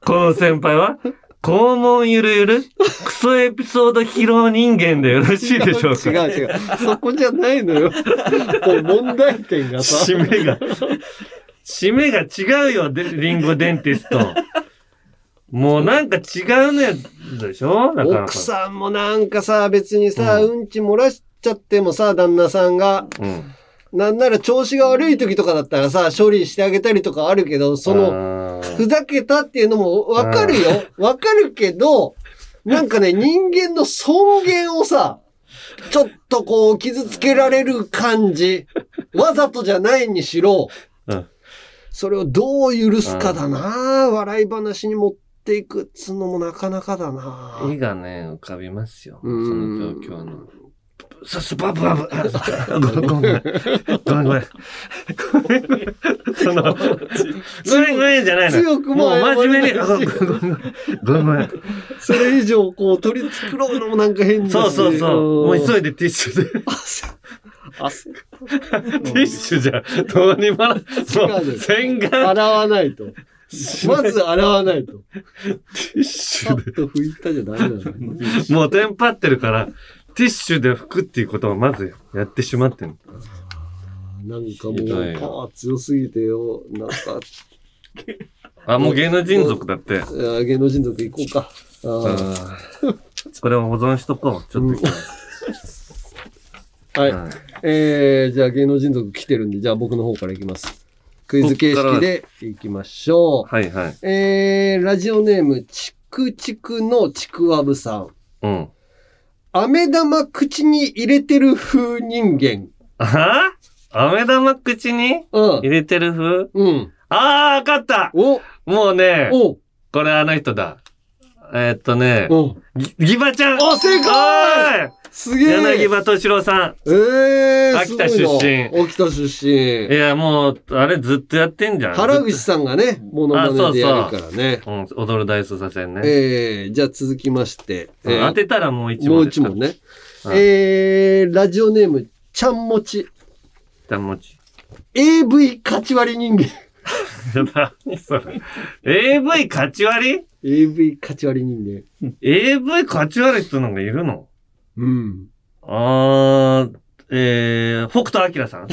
A: この先輩は、肛門ゆるゆる、クソエピソード披露人間でよろしいでしょうか
B: 違う違う。そこじゃないのよ。こう問題点がさ。
A: 締めが、締めが違うよ、でリンゴデンティスト。もうなんか違うね、でしょだから。
B: 奥さんもなんかさ、別にさ、
A: う
B: うんち漏らしちゃってもさ、旦那さんが、
A: うん。
B: なんなら調子が悪い時とかだったらさ、処理してあげたりとかあるけど、その、
A: の
B: ふざけたっていうのもわかるよ。わかるけど、なんかね、人間の尊厳をさ、ちょっとこう、傷つけられる感じ。わざとじゃないにしろ
A: うん、
B: それをどう許すかだな笑い話に持っていくっつうのもなかなかだな
A: 絵がね、浮かびますよ。そ
B: うん
A: の状況の。さす、バブバブ。あごめんごめん。ごめんごめん。ごめんごめん。
B: [laughs]
A: その、ごめんごめんじゃないの。
B: 強くも
A: もう
B: 謝れ
A: 真面目に。あ
B: な
A: ご
B: い
A: め [laughs]
B: し
A: んごめんごめんごめん。
B: それ以上こう取り繕うのもなんか変だし
A: そうそうそう。もう
B: い
A: 急いでティッシュで。
B: 汗
A: ティッシュじゃ、どうにもな、もう、洗顔
B: 洗わないと。まず洗わないと。
A: ティッシ
B: パ
A: ュ
B: ッと拭いたじゃダメなの。
A: で。もうテンパってるから、ティッシュで拭くっていうことをまずやってしまってん
B: なんかも
A: ひどいうよ
B: パワー強すぎてよ。なんか、
A: あ、もう芸能人族だって。
B: あー芸能人族行こうか。あ
A: あーこれを保存しとこう。ちょっと一回。
B: ーはい。
A: はい
B: えー、じゃあ芸能人族来てるんで、じゃあ僕の方からいきます。クイズ形式でいきましょ
A: はいはい。
B: う。えー、ラジオネーム、ちくちくのちくわぶさん。
A: うん。
B: 飴玉口に入れてる風人間。
A: あは飴玉口に
B: う
A: 入
B: ん。
A: れてる風
B: うん。
A: あー、わかった
B: お、
A: もうね、
B: お、
A: これあの人だ。えーっとね、
B: お。
A: ギギバちゃん
B: あ正解
A: おーい
B: すげえ。
A: 柳葉敏郎さん。
B: えー、
A: 秋田
B: すごい
A: 出
B: な秋田出
A: い
B: 身。
A: や、もう、あれずっとやってんじゃん。
B: 原口さんがね、モノマネでやるからね。
A: うん、踊る大捜査線ね。
B: えー、じゃあ続きまして。え
A: うん
B: ー
A: 当てたらもう一
B: も
A: 問
B: う
A: です
B: 一
A: から。
B: 問ね。
A: はい
B: えー、ラジオネーム、ちゃんもち。
A: 一旦持ち。 [laughs]
B: AV 勝ち割り人間。 [laughs]
A: 何それ。AV 勝ち割り
B: AV 勝ち割り人で。
A: AV 勝ち割る人なんかいるの
B: うん。
A: あー、えー、北斗晶
B: [laughs]
A: さん。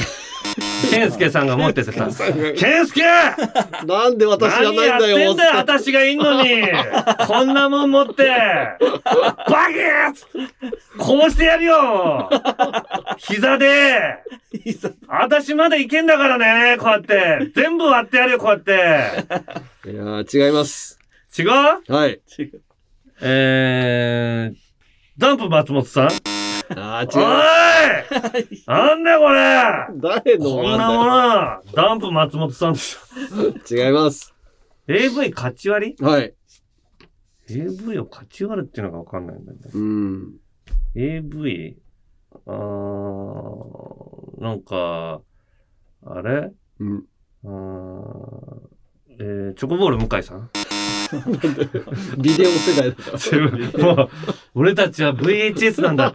A: 健介さんが持っててさ、健介
B: なんで私じゃないんだ
A: 何やって
B: よ
A: んだよ、
B: つって
A: 私がいんの [laughs] にこんなもん持ってバキーつってこうしてやるよ膝で私まだいけんだからね、こうやって全部割ってやるよ、こうやって
B: いやー違います。
A: 違う
B: はい。
A: えー、ダンプ松本さんお
B: あ
A: い
B: ー違
A: なんだよこれ
B: う。誰の
A: こんなものはダンプ松本さんでしょ。
B: 違います。
A: AV 勝ち割
B: はい。
A: り ?AV を勝ち割るっていうのがわかんないんだよね。
B: うん。
A: AV? あー、なんか、あれ
B: うん。
A: あーえー、チョコボール向井さ [laughs] ん
B: ビデオ世代だから。
A: もう、俺たちは VHS なんだ。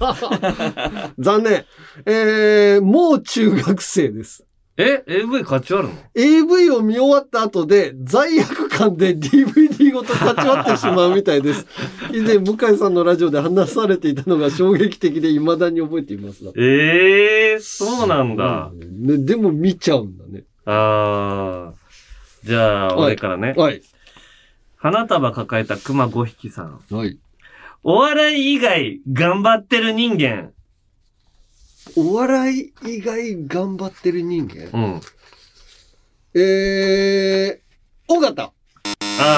B: [laughs] 残念。えー、もう中学生です。
A: え ?AV 勝ち割るの
B: AV を見終わった後で罪悪感で DVD ごと立ち割ってしまうみた
A: [laughs]
B: いです。以前、向井さんのラジオで話されていたのが衝撃的で未だに覚えていますだって。
A: ええー、そうなんだ。
B: ね、でも見ちゃうんだね。
A: あー。じゃあ、
B: はい
A: 俺からね。
B: はい。
A: 花束抱えた熊5匹さん。
B: はい。
A: お笑い以外頑張ってる人間。
B: お笑い以外頑張ってる人間
A: うん。
B: えー、尾形。
A: あ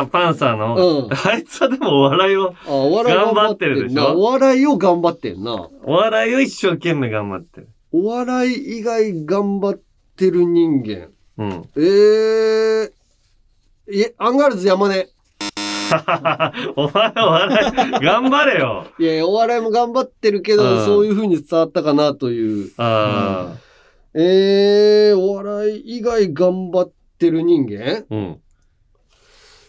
A: あ、パンサーの。
B: うん。
A: [laughs] あいつはでもお笑いを、
B: あ、お笑い頑張って
A: 頑張ってる
B: る
A: で
B: で
A: し
B: し
A: ょ
B: ょお笑いを頑張ってんな。
A: お笑いを一生懸命頑張ってる。
B: お笑い以外頑張ってる人間。
A: うん。
B: えー、いえ、アンガールズ山根。
A: お前お笑い、頑張れよ。
B: いやいや、お笑いも頑張ってるけ
A: うん
B: ど、そういう風に伝わったかなという。
A: あ
B: えー、お笑い以外頑張ってる人間
A: あ、うん。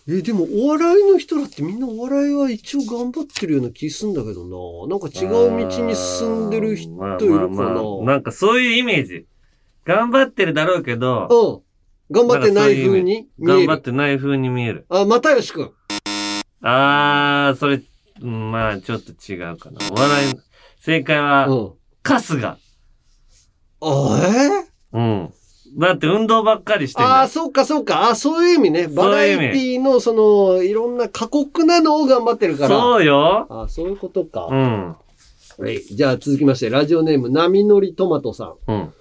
B: え、でもお笑いの人だってみんなお笑いは一応頑張ってるような気すんだけどな。なんか違う道に進んでる人い
A: あ
B: るかな。
A: ーまあまあまあなんかそういうイメージ。頑張ってるだろうけど、
B: うん。頑張ってない風に見え
A: 頑
B: る。
A: 張ってない風に見える。
B: あ、又吉くん。
A: ああ、それ、うんまあちょっと違うかな。お笑い、正解
B: う
A: は、
B: ん。
A: 春日。
B: あ、えー
A: うん。だって運動ばっかりしてん
B: あ
A: だ
B: あ、。そうか、そうか。あそういう意味ね。
A: ういう意味
B: バラエティの、その、いろんな過酷なのを頑張ってるから。
A: そうよ。
B: あそういうこと
A: う
B: か。
A: ん。
B: はいじゃあ続きまして、ラジオネーム、波乗りトマトさん。
A: うん。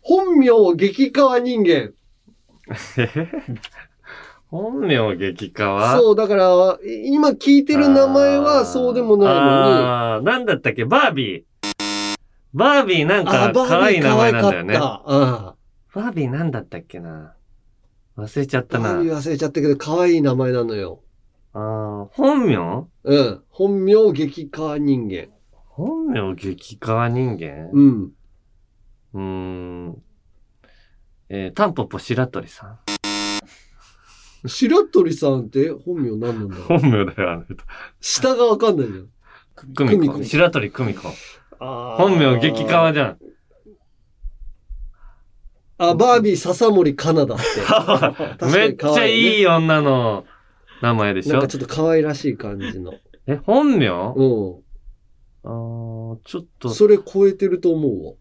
B: 本名激川人間。
A: 本名激化は
B: そう、だから、い今聞いてる名前はそうでもないのに。
A: あーなんだったっけバービー。バービーなんか
B: バ
A: 可愛い名前なんだよね。
B: 可愛
A: バ
B: かった。あ
A: ービーなんだったっけな。忘れちゃっ
B: あ。
A: たな
B: バ。ービー忘れちゃったけど、可愛い名前なのよ。
A: あー本名
B: うん。本名激川人間。
A: 本名激化人間う
B: うん。
A: ーん。えー、タンポポ白鳥さん。
B: 白鳥さんって本名何なんだ
A: [laughs]
B: ろう
A: 本名だよ、あの人。
B: 下がわかんないじゃん。
A: 久
B: 久
A: 美
B: 美
A: 子。
B: 子
A: 白鳥久美子。
B: あー
A: 本名激化じゃん。
B: あ、バービー笹森かな
A: [laughs]
B: だって。
A: めっちゃい
B: い
A: い女の名前でし
B: なん
A: ょ
B: かちょっと可愛らしい感じの。
A: え、本名あ
B: う
A: ーちょっと
B: ん。、それ超えてると思うわ。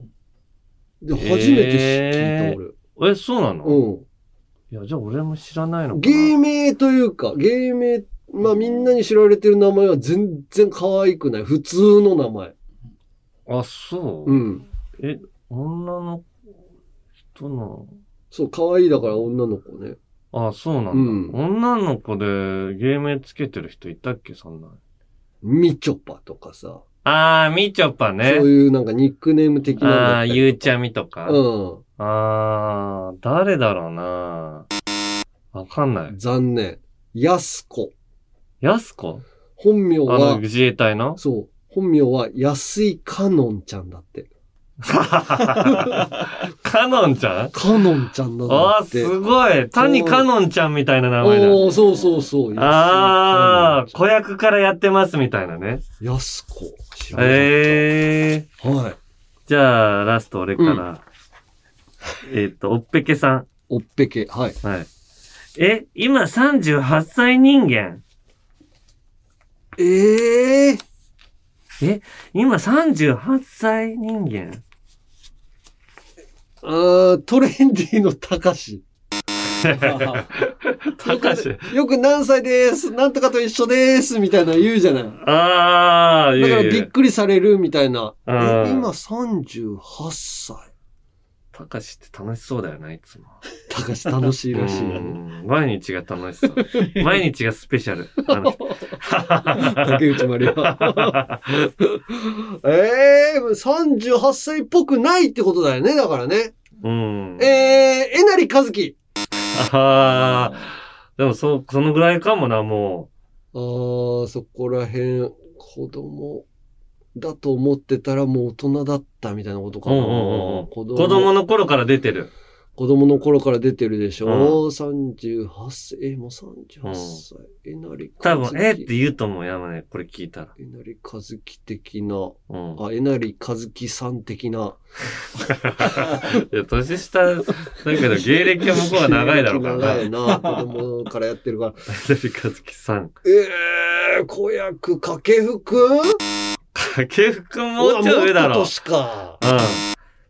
B: で、初めて知聞いた俺。
A: え、そうなの、い
B: うん。
A: や、じゃあ俺も知らないのかな
B: 芸名というか、芸名、まあみんなに知られてる名前は全然可愛くない。普通の名前。
A: あ、そう、
B: うん。
A: え、女の人の、
B: そう、可愛いだから女の子ね。
A: あ、そうなんだ。
B: うん
A: 女の子で芸名つけてる人いたっけそんな。
B: みちょぱとかさ。
A: あー、みちょぱね
B: そう。いうなんかニックネーム的なのだ
A: あ
B: った
A: ー、
B: り
A: ゆうちゃみとか。
B: う
A: あー、誰だろうなわかんない
B: ん。。残念。やすこ。
A: やすこ
B: 本名
A: あ
B: は
A: の、、自衛隊の
B: そう。本名は安井かのんちゃんだって。
A: カノンちゃん
B: かのんちゃんなんだ
A: ああ、
B: って。
A: すごい。谷カノンちゃんみたいな名前だ。
B: おーそうそうそう。
A: ああ、
B: こ
A: 子役からやってますみたいなね。
B: やすこ。知らなかった
A: ええー。
B: はい。
A: じゃあ、ラスト俺から。えっと、おっぺけさん。
B: おっぺけ。はい。
A: はい。え、今38歳人間。
B: ええ
A: え、今38歳人間。
B: あートレンディのたかし。
A: たかし。
B: よく何歳です、なんとかと一緒です、みたいなの言うじゃない。
A: ああ、い
B: だから
A: やい
B: び
A: や
B: っ。くりされるみたいな。え
A: あー
B: 今38歳。
A: たかしって楽しそうだよね、いつも。
B: たかし楽しいらしい。
A: うん毎日が楽しそう。毎日がスペシャル。あの人
B: [laughs] 竹内まりや。ええー、38歳っぽくないってことだよね、だからね。
A: うん。
B: ええー、えなりかずき。
A: ああ。でも、そう、そのぐらいかもな、も
B: あー、そこら辺、子供だと思ってたらもう大人だったみたいなこと
A: う。
B: か
A: うん
B: な。
A: うんうん。子
B: 子供
A: 供の頃から出てる。
B: 子供の頃から出てるでし
A: う
B: ょ、?38 歳、え、もう38歳。えなりか
A: 多
B: ずき。
A: 分、えって言うと思う、山根、これ聞いたら。
B: えなりかずき的な、
A: うん。
B: あ、えなりかずきさん的な。
A: いや、年下だけど、芸歴は向こうは長いだろ
B: [laughs]
A: うから [laughs] な。
B: 長いな、子供からやってるから。
A: テレビ和樹さん。
B: えー、子役、掛布くん
A: 掛布くんもうちょい上だ
B: うわも
A: ろ
B: っと。年か。
A: うん。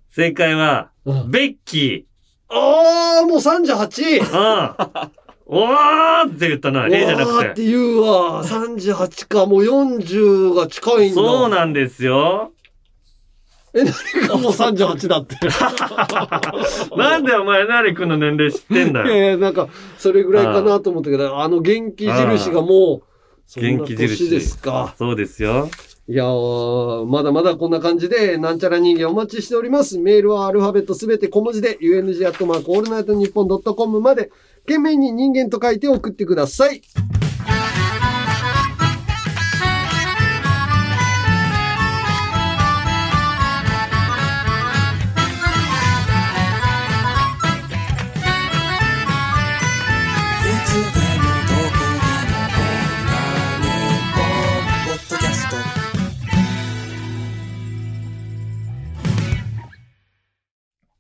A: 正解は、
B: うん
A: ベッキ
B: あー、もう 38!
A: ー。うん。おーって言ったな。えじゃな
B: わーっ
A: くて。
B: て言うわ。38か、もう40が近いんだ。
A: そうなんですよ。
B: え、何かもう38だ
A: [laughs]
B: って。
A: なんでお前、なりくんの年齢知ってんだ
B: いや
A: よ。
B: いや、なんか、それぐらいかなと思ったけど、あの元気印がもう、そんな
A: 元気
B: 年
A: 印。
B: ですか。
A: そうですよ。
B: いやー、まだまだこんな感じで、なんちゃら人間お待ちしております。メールはアルファベットすべて小文字で、UNG アットマークオールナイトニッポンドットコムまで、懸命に人間と書いて送ってください。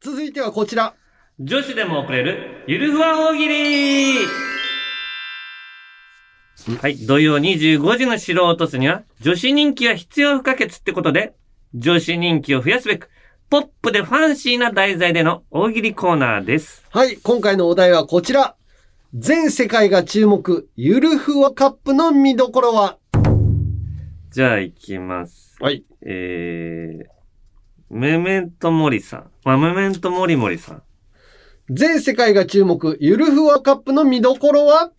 B: 続いてはこちら。
A: 女子でも送れる、ゆるふわ大喜利はい、土曜25時の城を落とすには、女子人気は必要不可欠ってことで、女子人気を増やすべく、ポップでファンシーな題材での大喜利コーナーです。
B: はい、今回のお題はこちら。全世界が注目、ゆるふわカップの見どころは
A: じゃあ行きます。
B: はい。
A: えー、メメントモリさん。まあ、メメントモリモリさん。
B: 全世界が注目、ゆるふわカップの見どころは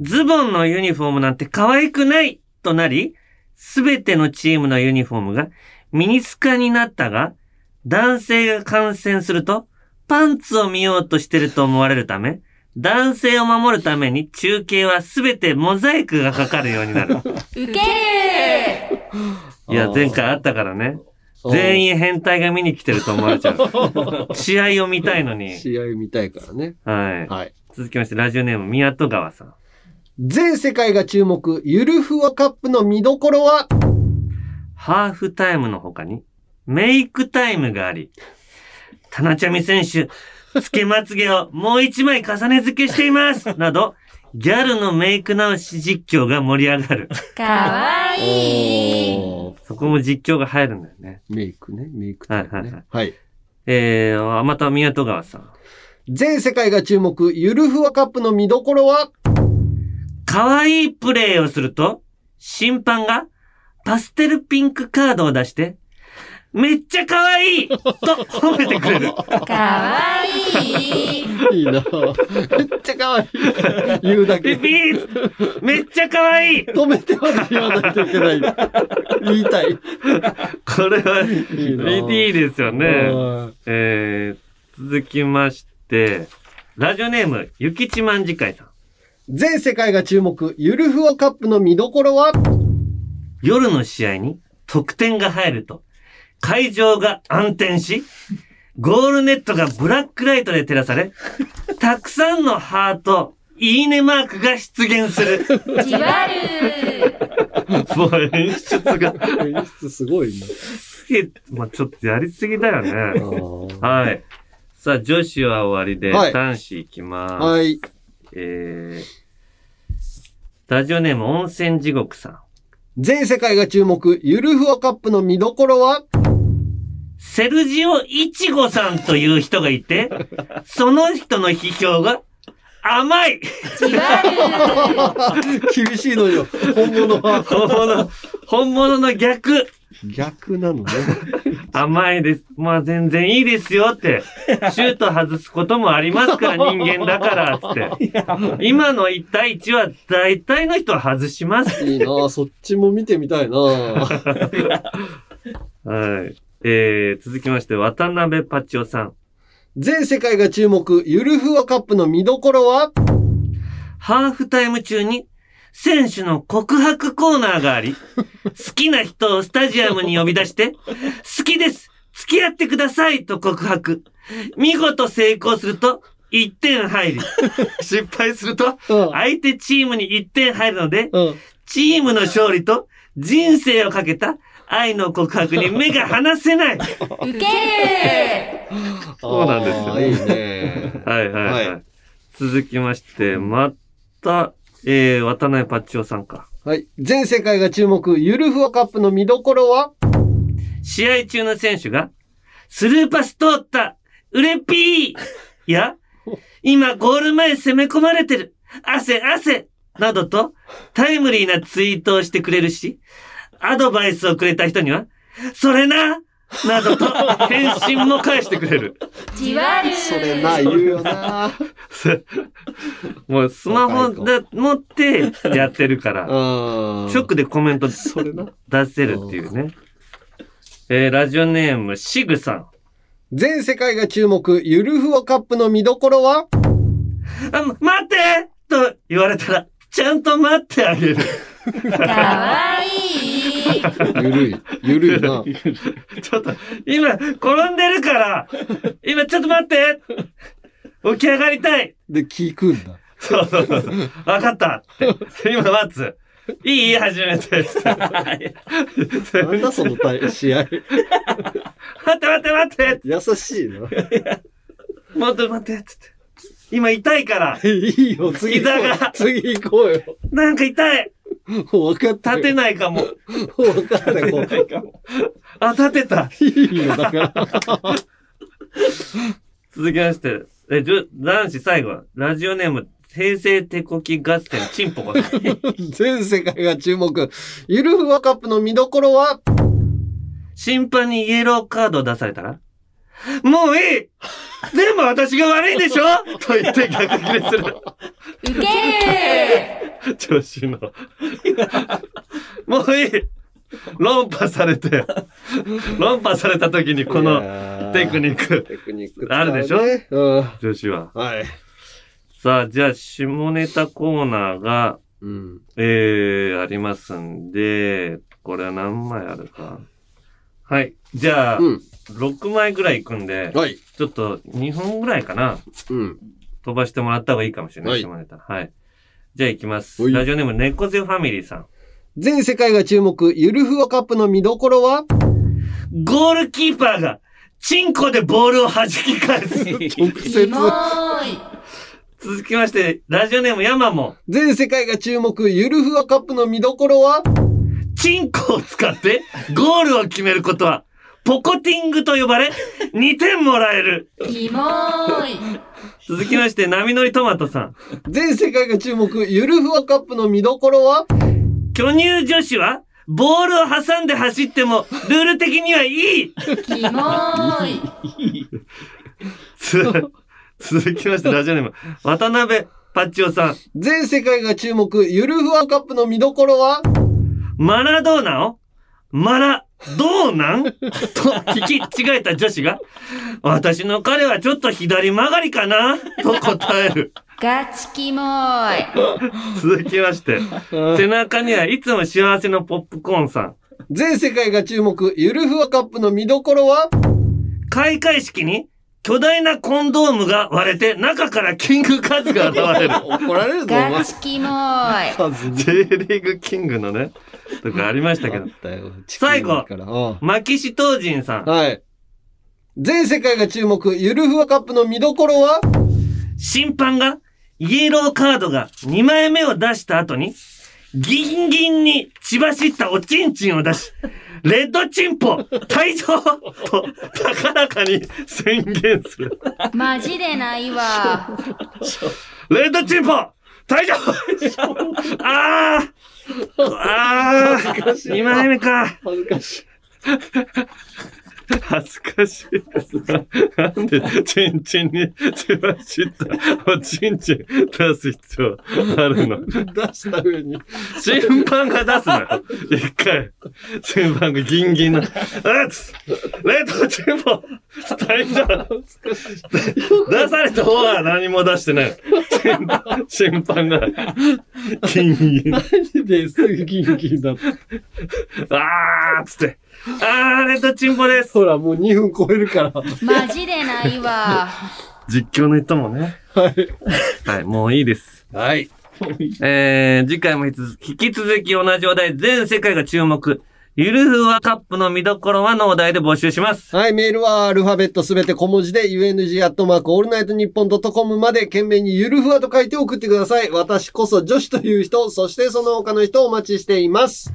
A: ズボンのユニフォームなんて可愛くないとなり、すべてのチームのユニフォームがミニスカになったが、男性が感染すると、パンツを見ようとしてると思われるため、男性を守るために中継はすべてモザイクがかかるようになる。
C: 受ける
A: いや、前回あったからね。全員変態が見に来てると思われちゃう。試合を見たいのに。
B: 試合見たいからね。
A: はい。
B: はい。
A: 続きまして、ラジオネーム、宮戸川さん。
B: 全世界が注目、ゆるふわカップの見どころは
A: ハーフタイムの他に、メイクタイムがあり、タナチャミ選手、つけまつげをもう一枚重ね付けしていますなど、ギャルのメイク直し実況が盛り上がる。
C: かわいい
A: そこも実況が入るんだよね。
B: メイクね、メイクタイプ
A: はいはいは
B: ね
A: い。
B: はい。
A: えー、また宮戸川さん。
B: 全世界が注目、ゆるふわカップの見どころは [laughs]
A: 可愛いプレーをすると、審判がパステルピンクカードを出して、めっちゃ可愛いと褒めてくれる。
C: かわいい
B: いいなぁめっちゃ可愛い。言うだけ
A: ピ。ピーめっちゃ可愛い
B: 止めてまで言わないといけない。言いたい。
A: これは、
B: いいなぁ
A: DT ですよね。
B: うん
A: えー、続きまして、ラジオネーム、ゆきちまんじかいさん。
B: 全世界が注目、ゆるふわカップの見どころは
A: 夜の試合に得点が入ると、会場が暗転し、ゴールネットがブラックライトで照らされ、たくさんのハート、いいねマークが出現する。
C: じわる
A: もう演出が、
B: 演出すごいな。
A: すげえ、まあ、ちょっとやりすぎだよね。はい。さあ、女子は終わりで、
B: はい
A: 男子いきます。
B: はい。
A: えー、ラジオネーム温泉地獄さん。
B: 全世界が注目、ゆるふわカップの見どころは
A: セルジオ・イチゴさんという人がい
B: [laughs]
A: て、その人の批評が甘い
B: 厳しいのよ。本物は。
A: 本物、本物の逆
B: 逆なのね。
A: 甘いです。まあ全然いいですよって。シュート外すこともあります
B: [laughs]
A: から、人間だから、つって。今の1対1は大体の人は外します。
B: いいなあそっちも見てみたい
A: [laughs]
B: なあ
A: はい。えー、続きまして、渡辺パチオさん。
B: 全世界が注目、ゆるふわカップの見どころは
A: ハーフタイム中に、選手の告白コーナーがあ [laughs] り、好きな人をスタジアムに呼び出して、好きです付き合ってくださいと告白。見事成功すると、1点入り。 [laughs] 失敗すると、
B: うん。
A: 相手チームに1点入るので、
B: うん。
A: チームの勝利と人生をかけた愛の告白に目が離せない。
C: 受ける
A: そうなんですよ
B: ああいいね。
A: はいはいはい。
B: は
A: 続きまして、また、えー、渡辺パッチオさんか。
B: はい。全世界が注目、ゆるふわカップの見どころは
A: 試合中の選手が、スルーパス通ったうれぴーいや、今ゴール前攻め込まれてる汗汗などと、タイムリーなツイートをしてくれるし、アドバイスをくれた人には、それななどと、返信も返してくれ [laughs] る。
C: じわる
B: それな、言う
A: [laughs]
B: よな。
A: もうスマホで持ってやってるから、
B: うん。
A: ショックでコメント
B: それな。
A: 出せるっていうね。えー、ラジオネーム、シグさん。
B: 全世界が注目、ゆるふわカップの見どころは
A: あ、ま待ってと言われたら、ちゃんと待ってあげる。 [laughs]
C: かわいい
B: ゆるい。ゆるいな。
A: ちょっと、今、転んでるから、今ちょっと待って起き上がりたい
B: で、聞くんだ。
A: そうそうそうそう。わかったって今待つ。いい始めて。
B: なんだその対試合。
A: 待って待って待って
B: 優しいな。
A: もっと待ってつって。今痛いから
B: いいよ、次行こう
A: 膝が
B: よ。次行こうよ。
A: なんか痛い
B: もう分かったよ。
A: 立てないかも。
B: もう分かったよ。も
A: あ、立てた
B: ういいよ、だから。
A: 続きまして、え、じゅ男子最後、ラジオネーム、平成手こき合戦、チンポコさん。 [laughs]
B: 全世界が注目。ゆるふわカップの見どころは
A: 審判にイエローカードを出されたら、もういい全部私が悪いでしょと言って逆切れする。
C: 受ける
A: 調子の。もういい論破されて、論破された時にこのテクニッ
B: ッ
A: ク、
B: ク。テクニック、
A: あるでしょ
B: うん。
A: 女子は。
B: はい。
A: さあ、じゃあ、下ネタコーナーが、
B: うん。
A: えー、ありますんで、これは何枚あるか。はい。じゃあ、
B: うん。
A: 6枚ぐらいいくんで、
B: はい。
A: ちょっと2本ぐらいかな。
B: うん。
A: 飛ばしてもらった方がいいかもしれない。
B: はい
A: 下ネタはい。じゃあ行きます。
B: はい
A: ラジオネーム、猫背ファミリーさん。
B: 全世界が注目。ゆるふわカップの見どころは
A: ゴールキーパーが、チンコでボールを弾き返
B: [laughs]
A: す。
B: 直接。
A: 続きまして、ラジオネーム、ヤマモ。
B: 全世界が注目。ゆるふわカップの見どころは
A: チンコを使って、ゴールを決めることは、ポコティングと呼ばれ、2点もらえる。
C: キモーい
A: 続きまして、波乗りトマトさん。
B: 全世界が注目。ゆるふわカップの見どころは
A: 巨乳女子は、ボールを挟んで走っても、ルール的にはいい
C: キモーい
A: つ続きまして、ラジオネーム、渡辺パッチオさん。
B: 全世界が注目。ゆるふわカップの見どころは
A: マラドーナを、マラ、ドーナンと聞き違えた女子が、私の彼はちょっと左曲がりかなと答える。
E: [laughs] ガチキモい。
A: 続きまして、背中にはいつも幸せのポップコーンさん。
B: 全世界が注目。ゆるふわカップの見どころは
A: 開会式に巨大なコンドームが割れて中からキングカズが現れる。
B: 怒られるぞ、お
E: ガ
B: 前。
E: チキモい。
B: 数
A: J リーグキングのね、とかありましたけど。最後マキシトージンさん。
B: はい。全世界が注目。ゆるふわカップの見どころは
A: 審判がイエローカードが2枚目を出した後に、ギンギンに血走ったおちんちんを出し、レッドチンポ退場と高らかに宣言する。
E: マジでないわ。
A: レッドチンポ
B: [laughs]
A: 退場ああああ
B: 恥ずかしい
A: 二枚目か
B: 恥ずかしい。
A: 恥ずかしいですなんで、チンチンに血走ったおちんちん出す必要あるの
B: 出した上に。
A: 審判が出すなよ。一回。審判がギンギンな。レッツレッドチーム退場出された方は何も出してない。審審判がギンギン。あ
B: 何ですぐギンギンだった。
A: ーっつって。あー、レッドチンポです。
B: ほら、もう2分超えるから。は
E: マジでないわ。
A: 実況の人もね。
B: い。
A: はい、もういいです。
B: はい。
A: えー、次回も引き続き引き続き同じお題、全世界が注目。ゆるふわカップの見どころはのお題で募集します。
B: はい、メールはアルファベットすべて小文字で、UNG アットマークオールナイトニッポンドットコムまで、懸命にゆるふわと書いて送ってください。私こそ女子という人、そしてその他の人をお待ちしています。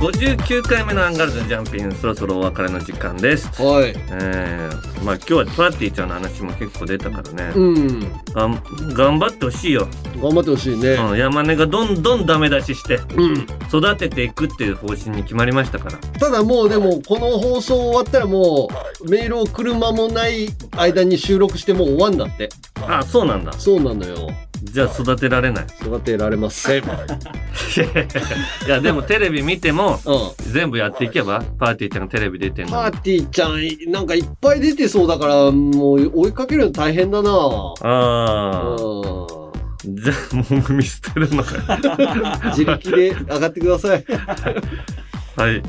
A: 59回目のアンガールズのジャンピンそろそろお別れの時間です。
B: はい。
A: えー、まあ今日はパーティーちゃんの話も結構出たからね、
B: うん。
A: がん頑張ってほしいよ、
B: 頑張ってほしいね。
A: うん、山根がどんどんダメ出しして
B: うん。
A: 育てていくっていう方針に決まりましたから
B: ただもうでも、この放送終わったらもう、メールを車もない間に収録してもう終わんだって。
A: あそうなんだ
B: そうなのよ。
A: じゃあ育てられ
B: [laughs]
A: ない
B: 育てられません。うん。
A: いやでもテレビ見ても
B: パ
A: 全部やっていけばパーティーちゃんがテレビ出てんの
B: ーティーちゃん、なんかいっぱい出てそうだから、もう追いかけるの大変だな
A: ああ
B: うん。
A: じゃあもう見捨てるのかよ
B: 自力で上がってください。
A: はい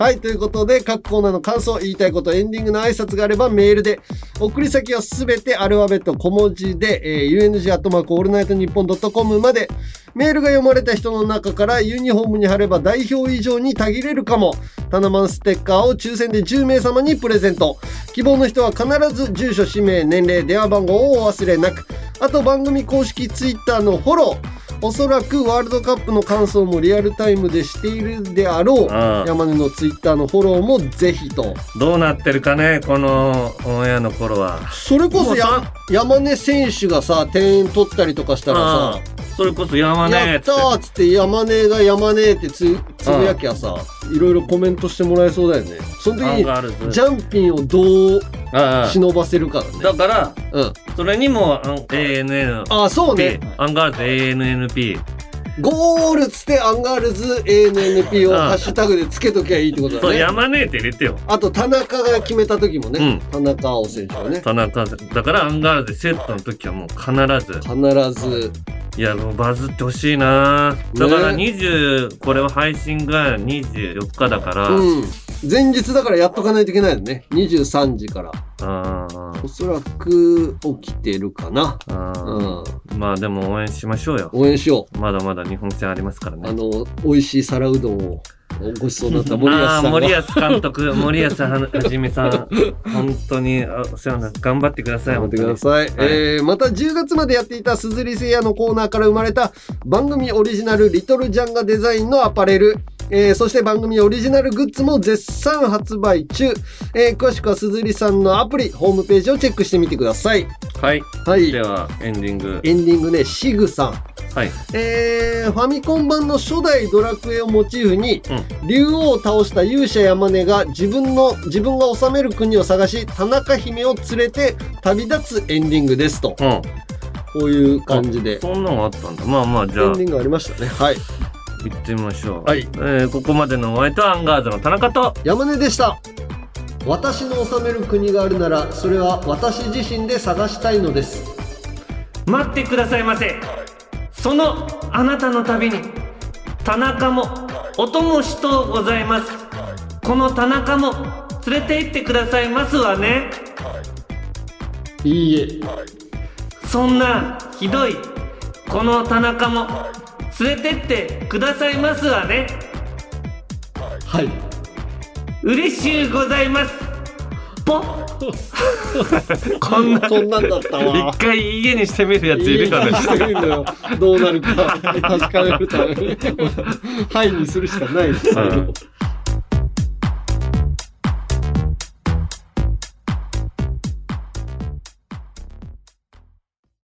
B: はい、ということで、各コーナーの感想、言いたいこと、エンディングの挨拶があればメールで、送り先はすべてアルファベット小文字で、えー、UNG アットマークオールナイトニッポンドットコムまで、メールが読まれた人の中からユニフォームに貼れば代表以上にたぎれるかも。タナマンステッカーを抽選で10名様にプレゼント。希望の人は必ず住所、氏名、年齢、電話番号をお忘れなく。あと番組公式ツイッターのフォロー。おそらくワールドカップの感想もリアルタイムでしているであろう。
A: ああ
B: 山根のツイッターのフォローもぜひと。
A: どうなってるかねこのオンエアの頃は
B: それこ
A: も
B: そうや
A: さ
B: 山根選手がさ、点取ったりとかしたら
A: あ
B: さ、
A: あそれこそ山根
B: や
A: っ
B: っ
A: つ
B: た
A: って
B: ーっつって山根が山根ってつつぶやきゃさ、いろいろコメントしてもらえそうだよね。その時
A: アン
B: に
A: ガールズ
B: ジャンピンをどう
A: あ
B: 忍ばせるからね
A: あ。だから
B: うん。
A: それにもあん ANNP
B: ああ、そうね。
A: アンガールズ ANNP
B: ゴールっつってアンガールズ ANNP を
A: うん
B: ハッシュタグでつけときゃいいってこと
A: そう
B: だね。
A: 山根って入れてよ
B: あと田中が決めた時もね、田中碧選手はね、
A: 田中だからアンガールズセットの時はもう必ず
B: 必ず、
A: いやもうバズってほしいなだから20これは配信が24日だから、
B: うん。前日だからやっとかないといけないよね。23時から。
A: あ
B: おそらく起きてるかな。
A: ーあ
B: う
A: ー
B: ん。
A: まあでも応援しましょうよ
B: 応援しよ
A: まだまだ日本戦ありますから
B: う。
A: ね
B: あの、美味しい皿うどんをごちそうになった森保
A: あ
B: さ
A: ー
B: んが。
A: 森保監督森保ははじめさん本当にあお世話になって頑張ってください
B: 頑張ってくだ
A: 本
B: さい、えーまた10月までやっていたすずり製屋のコーナーから生まれた番組オリジナルリトルジャンがデザインのアパレル、えーそして番組オリジナルグッズも絶賛発売中、えー詳しくはすずりさんのアプリホームページをチェックしてみてください
A: 当にはい
B: はい
A: ではエンディング
B: エンディングねシグさん
A: はい
B: えーファミコン版の初代ドラクエをモチーフに、竜王を倒した勇者山根が自分の自分が治める国を探し田中姫を連れて旅立つエンディングですと
A: うん
B: こういう感じで
A: そんなのあったんだまあまあじ
B: エ
A: ゃあ
B: ンディングありましたねはい
A: 行ってみましょう。
B: はい
A: えーここまでのお相手はアンガールズの田中と、
B: 山根でした私の治める国があるならそれは私自身で探したいのです
A: 待ってくださいませ。そそのあなたの旅に田中もお供しとうございますこの田中も連れて行ってくださいますわね
B: いい
A: そんなひどいこの田中も連れてってくださいますわね
B: え。はい。
A: 嬉しゅうございますポ
B: [laughs]
A: ッこんな
B: こんなんだったわ
A: [laughs] 一。回家にしてみるやついるよね
B: いいしてみるのよ
A: [laughs]
B: [laughs] どうなるか確かめるために。はいにするしかないですけど。
A: うん